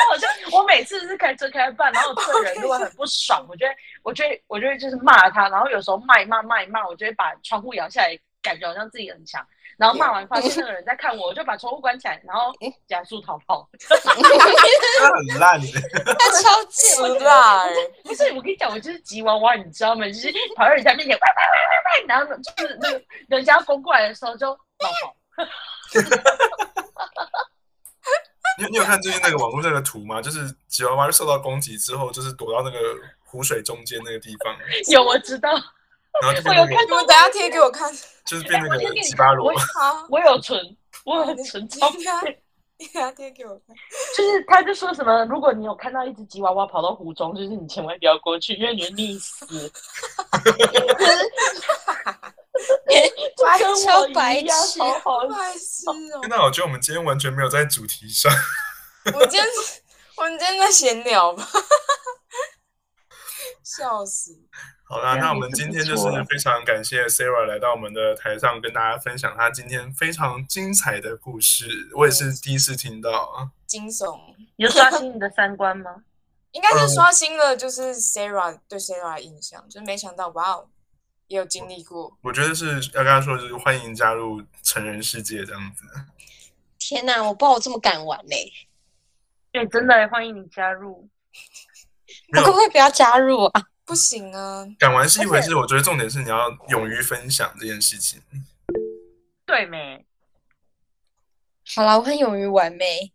Speaker 2: 好像我每次是开车开半，然后我这个人如果很不爽，我就会，我就会，我就会就是骂他，然后有时候骂一骂骂一骂，我就会把窗户摇下来，感觉好像自己很强。然后骂完，发现那个人在看我，我就把窗户关起来，然后加速逃跑。
Speaker 1: 他很烂欸的。
Speaker 4: 他超贱。
Speaker 3: 是吧？
Speaker 2: 不是，我跟你讲，我就是吉娃娃，你知道吗？就是跑到人家面前，喂喂喂喂喂，然后就是那个人家攻过来的时候就逃跑。
Speaker 1: 你你有看最近那个网络那个图吗？就是吉娃娃受到攻击之后，就是躲到那个湖水中间那个地方，
Speaker 2: 有，我知道，
Speaker 1: 然后就
Speaker 2: 我
Speaker 1: 变
Speaker 2: 有
Speaker 1: 那个
Speaker 2: 看
Speaker 3: 你们
Speaker 2: 到，
Speaker 3: 等一下贴给我看，
Speaker 1: 就是变那
Speaker 2: 我先给
Speaker 1: 个
Speaker 2: 你
Speaker 1: 吉巴罗
Speaker 2: 我。
Speaker 3: 好，
Speaker 2: 我有存，我
Speaker 4: 哦
Speaker 2: 有存
Speaker 3: 你
Speaker 2: 照
Speaker 3: 等一
Speaker 2: 片
Speaker 3: 下， 你等一下贴给我看。
Speaker 2: 就是他就说什么，如果你有看到一只吉娃娃跑到湖中，就是你千万不要过去，因为你会溺 死。就跟我
Speaker 4: 超白
Speaker 2: 一样
Speaker 4: 痴
Speaker 2: 好好
Speaker 3: 不好意思哦，
Speaker 1: 那我觉得我们今天完全没有在主题上。
Speaker 3: 我们今天我们今天在闲聊吧， 笑死！
Speaker 1: 好啦，
Speaker 2: 对啊
Speaker 1: 那我
Speaker 2: 也
Speaker 1: 们
Speaker 2: 是
Speaker 1: 今
Speaker 2: 不
Speaker 1: 天就
Speaker 2: 错
Speaker 1: 是非常感谢 Sarah 来到我们的台上，跟大家分享她今天非常精彩的故事。我也是第一次听到啊。
Speaker 3: 惊悚，
Speaker 2: 有刷新你的三观吗？
Speaker 3: 应该是刷新了，就是 Sarah 对 Sarah 的印象，就是没想到，哇哦，也有经历过。
Speaker 1: 我觉得是要跟她说，就是欢迎加入成人世界这样子。
Speaker 4: 天哪，我不知道我这么欸敢玩嘞、
Speaker 2: 对，哎真的欢迎你加入。
Speaker 1: 没 有
Speaker 4: 我可不可以不要加入啊？
Speaker 3: 不行啊，
Speaker 1: 敢玩是一回
Speaker 4: 而
Speaker 1: 事，我觉得重点是你要勇于分享这件事情。
Speaker 2: 对没？
Speaker 4: 好啦，我很勇于玩妹，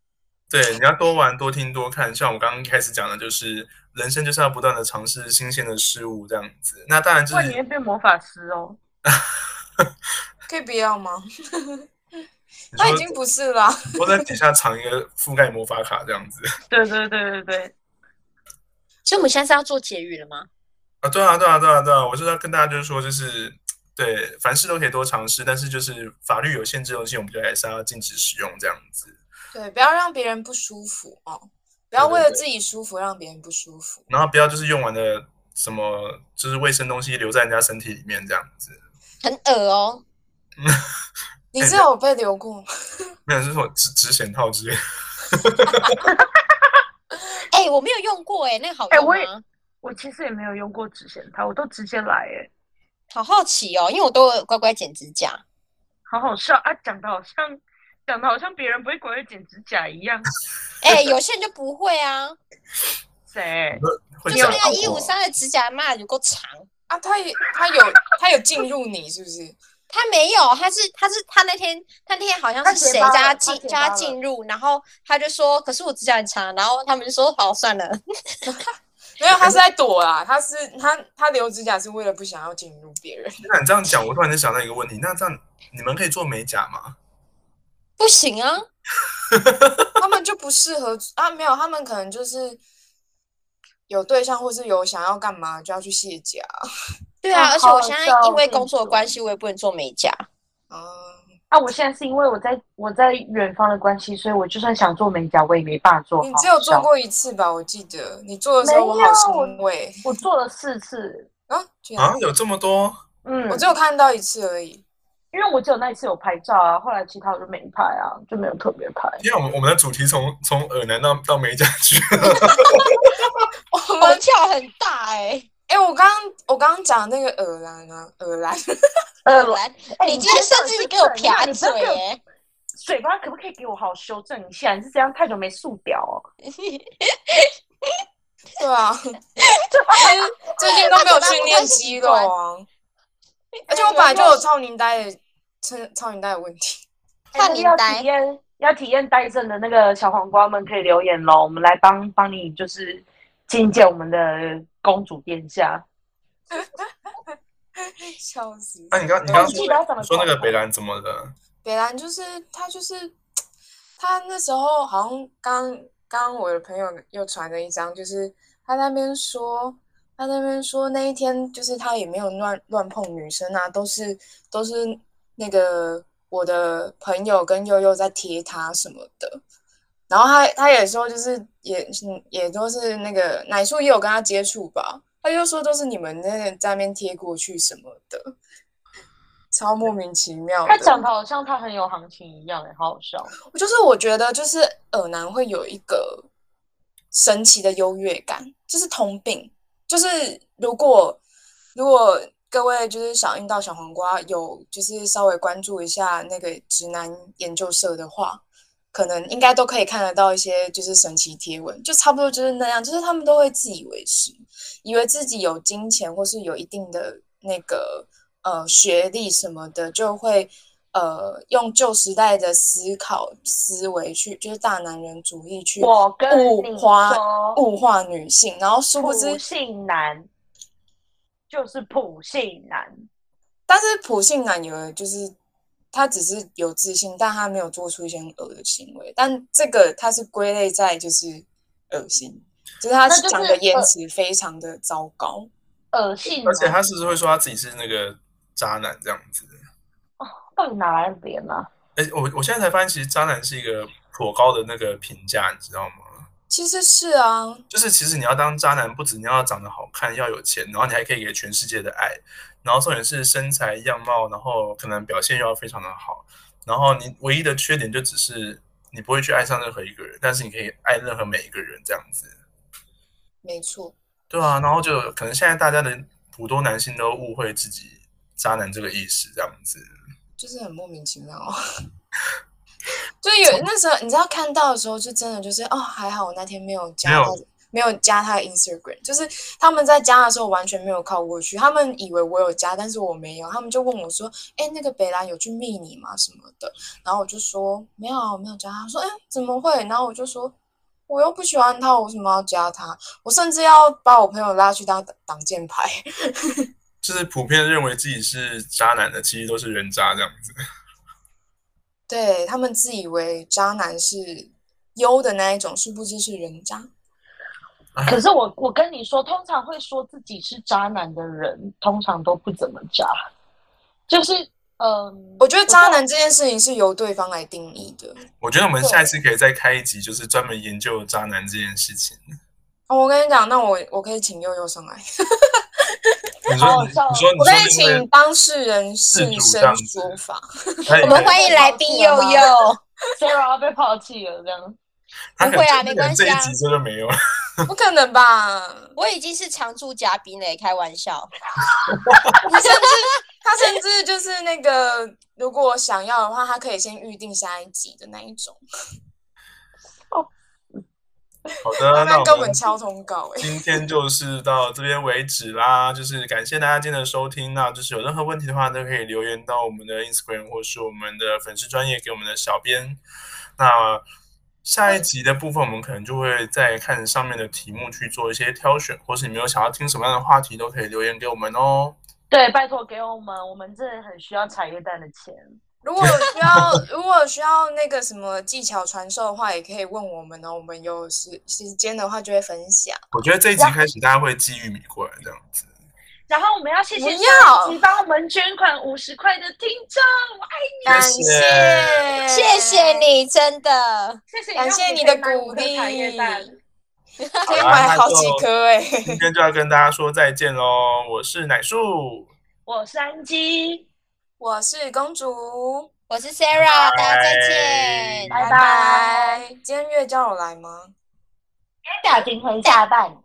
Speaker 1: 对，你要多玩、多听、多看。像我刚刚开始讲的，就是人生就是要不断的尝试新鲜的事物这样子。那当然就
Speaker 2: 哇，你会
Speaker 1: 是
Speaker 2: 变魔法师哦。
Speaker 3: 可以不要吗？
Speaker 1: 你
Speaker 3: 他已
Speaker 1: 说
Speaker 3: 经不是啦。
Speaker 1: 我在底下藏一个覆盖魔法卡这样子。
Speaker 2: 对对对对对。
Speaker 4: 所以我们现在是要做结语了吗？
Speaker 1: 啊，对啊，对啊，对啊，对啊，我是要跟大家就是说，就是对，凡事都可以多尝试，但是就是法律有限制的东西，我们就还是要禁止使用这样子。
Speaker 3: 对，不要让别人不舒服哦，不要为了
Speaker 1: 对对对
Speaker 3: 自己舒服让别人不舒服。
Speaker 1: 然后不要就是用完的什么就是卫生东西留在人家身体里面这样子。
Speaker 4: 很恶哦。
Speaker 3: 你
Speaker 1: 哎
Speaker 3: 是有被留过吗？
Speaker 1: 没有，就是我纸纸剪套之类的。
Speaker 4: 哎、我没有用过哎、那个好
Speaker 2: 哎
Speaker 4: 用吗？
Speaker 2: 我也我其实也没有用过直线它，我都直接来哎、
Speaker 4: 好好奇哦，因为我都有乖乖剪指甲。
Speaker 2: 好好笑啊！讲的好像讲的好像别人不会管会剪指甲一样。
Speaker 4: 哎、有些人就不会啊，
Speaker 2: 谁？
Speaker 1: 会
Speaker 4: 就是
Speaker 1: 讲
Speaker 4: 那个一五三的指甲嘛，有够长。
Speaker 3: 啊，他也他有他有进入你是不是？
Speaker 4: 他没有，他是他是他那天他那天好像
Speaker 3: 他
Speaker 4: 是
Speaker 3: 结
Speaker 4: 谁
Speaker 3: 巴
Speaker 4: 叫
Speaker 3: 了
Speaker 4: 他
Speaker 3: 他
Speaker 4: 进
Speaker 3: 结
Speaker 4: 叫他
Speaker 3: 巴了
Speaker 4: 进入，然后他就说，可是我指甲很长，然后他们就说好算了。
Speaker 3: 没有，他是在躲啊，他是他他留指甲是为了不想要进入别人。
Speaker 1: 那你这样讲，我突然间想到一个问题，那这样你们可以做美甲吗？
Speaker 4: 不行啊，
Speaker 3: 他们就不适合啊，没有，他们可能就是有对象，或是有想要干嘛就要去卸甲
Speaker 4: 对啊，
Speaker 2: 啊
Speaker 4: 而且
Speaker 2: 好
Speaker 4: 我现在
Speaker 2: 笑
Speaker 4: 因为
Speaker 2: 我跟
Speaker 4: 工
Speaker 2: 你
Speaker 4: 作
Speaker 2: 说
Speaker 4: 的关系，我也不能做美甲。
Speaker 3: 嗯，
Speaker 2: 啊！我现在是因为我在我在远方的关系，所以我就算想做美甲，我也没办法做。
Speaker 3: 你只有做
Speaker 2: 好好笑，
Speaker 3: 过一次吧？我记得你做的时候，我好欣慰
Speaker 2: 我做了四次，
Speaker 3: 啊！天啊
Speaker 1: 啊，有这么多？
Speaker 2: 嗯
Speaker 3: 我，只有看到一次而已。
Speaker 2: 因为我只有那一次有拍照啊，后来其他我就没拍啊，就没有特别拍。
Speaker 1: 因为我们我们的主题从从耳男到到美甲去，
Speaker 3: 我
Speaker 4: 头
Speaker 2: 哦
Speaker 3: 们
Speaker 4: 跳很大哎、
Speaker 3: 哎、我刚刚我刚刚讲那个耳兰啊，
Speaker 2: 哦
Speaker 3: 耳兰，
Speaker 2: 呃
Speaker 4: 果，然，
Speaker 2: 哎
Speaker 4: 你今天甚至是给我
Speaker 2: 你真
Speaker 4: 撇
Speaker 2: 的是
Speaker 4: 嘴
Speaker 2: 这样你不要给我
Speaker 4: 哎、
Speaker 2: 嘴巴可不可以给我好好修正一下？你是怎样太久没素屌哦？
Speaker 3: 对啊，最近都没有训练肌肉啊。而且我本来就有超龄呆的，超超龄呆的问题。
Speaker 4: 看
Speaker 2: 哎
Speaker 4: 你
Speaker 2: 要
Speaker 4: 呆
Speaker 2: 体验要体验呆症的那个小黄瓜们可以留言喽，我们来帮帮你就是觐见我们的公主殿下。
Speaker 3: 笑死！
Speaker 1: 啊那你刚你
Speaker 2: 哦
Speaker 1: 刚
Speaker 2: 你记
Speaker 1: 说
Speaker 2: 得要怎么
Speaker 1: 你 说那个
Speaker 2: 做
Speaker 1: 北兰怎么了？
Speaker 3: 北兰就是他就是他那时候好像刚刚我的朋友又传了一张，就是他那边说他那边说那一天就是他也没有乱乱碰女生啊，都是都是那个我的朋友跟悠悠在贴他什么的。然后他他也说，就是也嗯也都是那个奶叔也有跟他接触吧，他就说都是你们那在那边贴过去什么的，超莫名其妙的。
Speaker 2: 他讲的好像他很有行情一样，哎，好好笑。
Speaker 3: 就是我觉得，就是耳男会有一个神奇的优越感，就是同病。就是如果如果各位就是小樱到小黄瓜有就是稍微关注一下那个直男研究社的话，可能应该都可以看得到一些就是神奇贴文，就差不多就是那样，就是他们都会自以为是，以为自己有金钱或是有一定的那个呃学历什么的，就会呃用旧时代的思考思维去，就是大男人主义去
Speaker 2: 我跟
Speaker 3: 物
Speaker 2: 你
Speaker 3: 化
Speaker 2: 说，
Speaker 3: 物化女性，然后殊不
Speaker 2: 普
Speaker 3: 知，
Speaker 2: 信男就是普信男，
Speaker 3: 但是普信男有的就是他只是有自信，但他没有做出一些很恶的行为，但这个他是归类在就是恶心，就是他
Speaker 2: 那就是呃
Speaker 3: 讲的言辞非常的糟糕。
Speaker 2: 恶性
Speaker 1: 而且
Speaker 2: 男，
Speaker 1: 他是不是会说他自己是那个渣男这样子？
Speaker 2: 到底哪来啊的脸呢？
Speaker 1: 哎，我我现在才发现，其实渣男是一个颇高的那个评价，你知道吗？
Speaker 3: 其实是啊，
Speaker 1: 就是其实你要当渣男，不止你要长得好看，要有钱，然后你还可以给全世界的爱，然后重点是身材样貌，然后可能表现又要非常的好，然后你唯一的缺点就只是你不会去爱上任何一个人，但是你可以爱任何每一个人这样子。
Speaker 3: 没错，
Speaker 1: 对啊，然后就可能现在大家的普多男性都误会自己渣男这个意识这样子。
Speaker 3: 就是很莫名其妙。 就有那时候，你知道看到的时候，就真的就是哦，还好我那天没有加
Speaker 1: 没有
Speaker 3: 他的，没有加他的 Instagram，就是他们在加的时候完全没有靠过去，他们以为我有加，但是我没有，他们就问我说，哎，那个北兰有去密你吗什么的，然后我就说没有啊，我没有加他，他说哎怎么会？然后我就说我又不喜欢他，我为什么要加他？我甚至要把我朋友拉去当挡箭牌，
Speaker 1: 就是普遍认为自己是渣男的，其实都是人渣这样子。
Speaker 3: 对他们自以为渣男是优的那一种，殊不知是人渣。
Speaker 1: 啊
Speaker 2: 可是我我跟你说，通常会说自己是渣男的人，通常都不怎么渣，就是。 嗯，
Speaker 3: 我觉得渣男这件事情是由对方来定义的。
Speaker 1: 我觉得我们下一次可以再开一集，就是专门研究渣男这件事情。
Speaker 3: 哦，我跟你讲，那我我可以请悠悠上来，
Speaker 4: 哦
Speaker 1: 你说你，
Speaker 2: 好
Speaker 1: 你说，
Speaker 3: 我可以
Speaker 1: 你说那
Speaker 3: 请
Speaker 1: 位，
Speaker 3: 当事人现身说法。
Speaker 1: 他
Speaker 4: 我们欢迎来宾佑佑，
Speaker 2: Sarah 要被抛弃了这样。
Speaker 1: 他可
Speaker 4: 不会啊
Speaker 1: 能
Speaker 4: 没关系
Speaker 1: 这一
Speaker 4: 啊
Speaker 1: 集真的 没有了。
Speaker 3: 不可能吧？
Speaker 4: 我已经是常驻嘉宾嘞，开玩笑。
Speaker 3: 你甚至他甚至就是那个，如果想要的话，他可以先预定下一集的那一种，
Speaker 1: 好的，
Speaker 3: 慢
Speaker 1: 啊那
Speaker 3: 慢跟我
Speaker 1: 我们
Speaker 3: 们敲通告、欸。
Speaker 1: 今天就是到这边为止啦，就是感谢大家今天的收听。那就是有任何问题的话，都可以留言到我们的 Instagram 或是我们的粉丝专业给我们的小编。那下一集的部分，我们可能就会再看上面的题目去做一些挑选，或是你们有想要听什么样的话题，都可以留言给我们哦。
Speaker 2: 对，拜托给我们，我们真的很需要茶叶蛋的钱。
Speaker 3: 如果有需要，如果有需要那个什么技巧传授的话，也可以问我们哦。我们有时时间的话就会分享。
Speaker 1: 我觉得这一集开始，大家会寄玉米过来这样子。
Speaker 2: 然后我们要谢谢
Speaker 3: 不要
Speaker 2: 上一集帮我们捐款五十块的听 众，我爱你，
Speaker 3: 感
Speaker 1: 谢
Speaker 3: 谢，
Speaker 4: 谢谢，你，真的。
Speaker 2: 谢谢你，
Speaker 3: 感谢你的鼓励。
Speaker 2: 茶叶蛋。
Speaker 3: 可以买好几颗哎、
Speaker 1: 今天就要跟大家说再见喽！我是奶树，
Speaker 2: 我是安基，
Speaker 3: 我是公主，
Speaker 4: 我是 Sarah，
Speaker 1: 拜拜
Speaker 4: 大家再见。
Speaker 1: 哎
Speaker 2: 拜
Speaker 3: 拜
Speaker 2: 拜。
Speaker 3: 拜。今天月娇有来吗？
Speaker 2: 大庭会下办。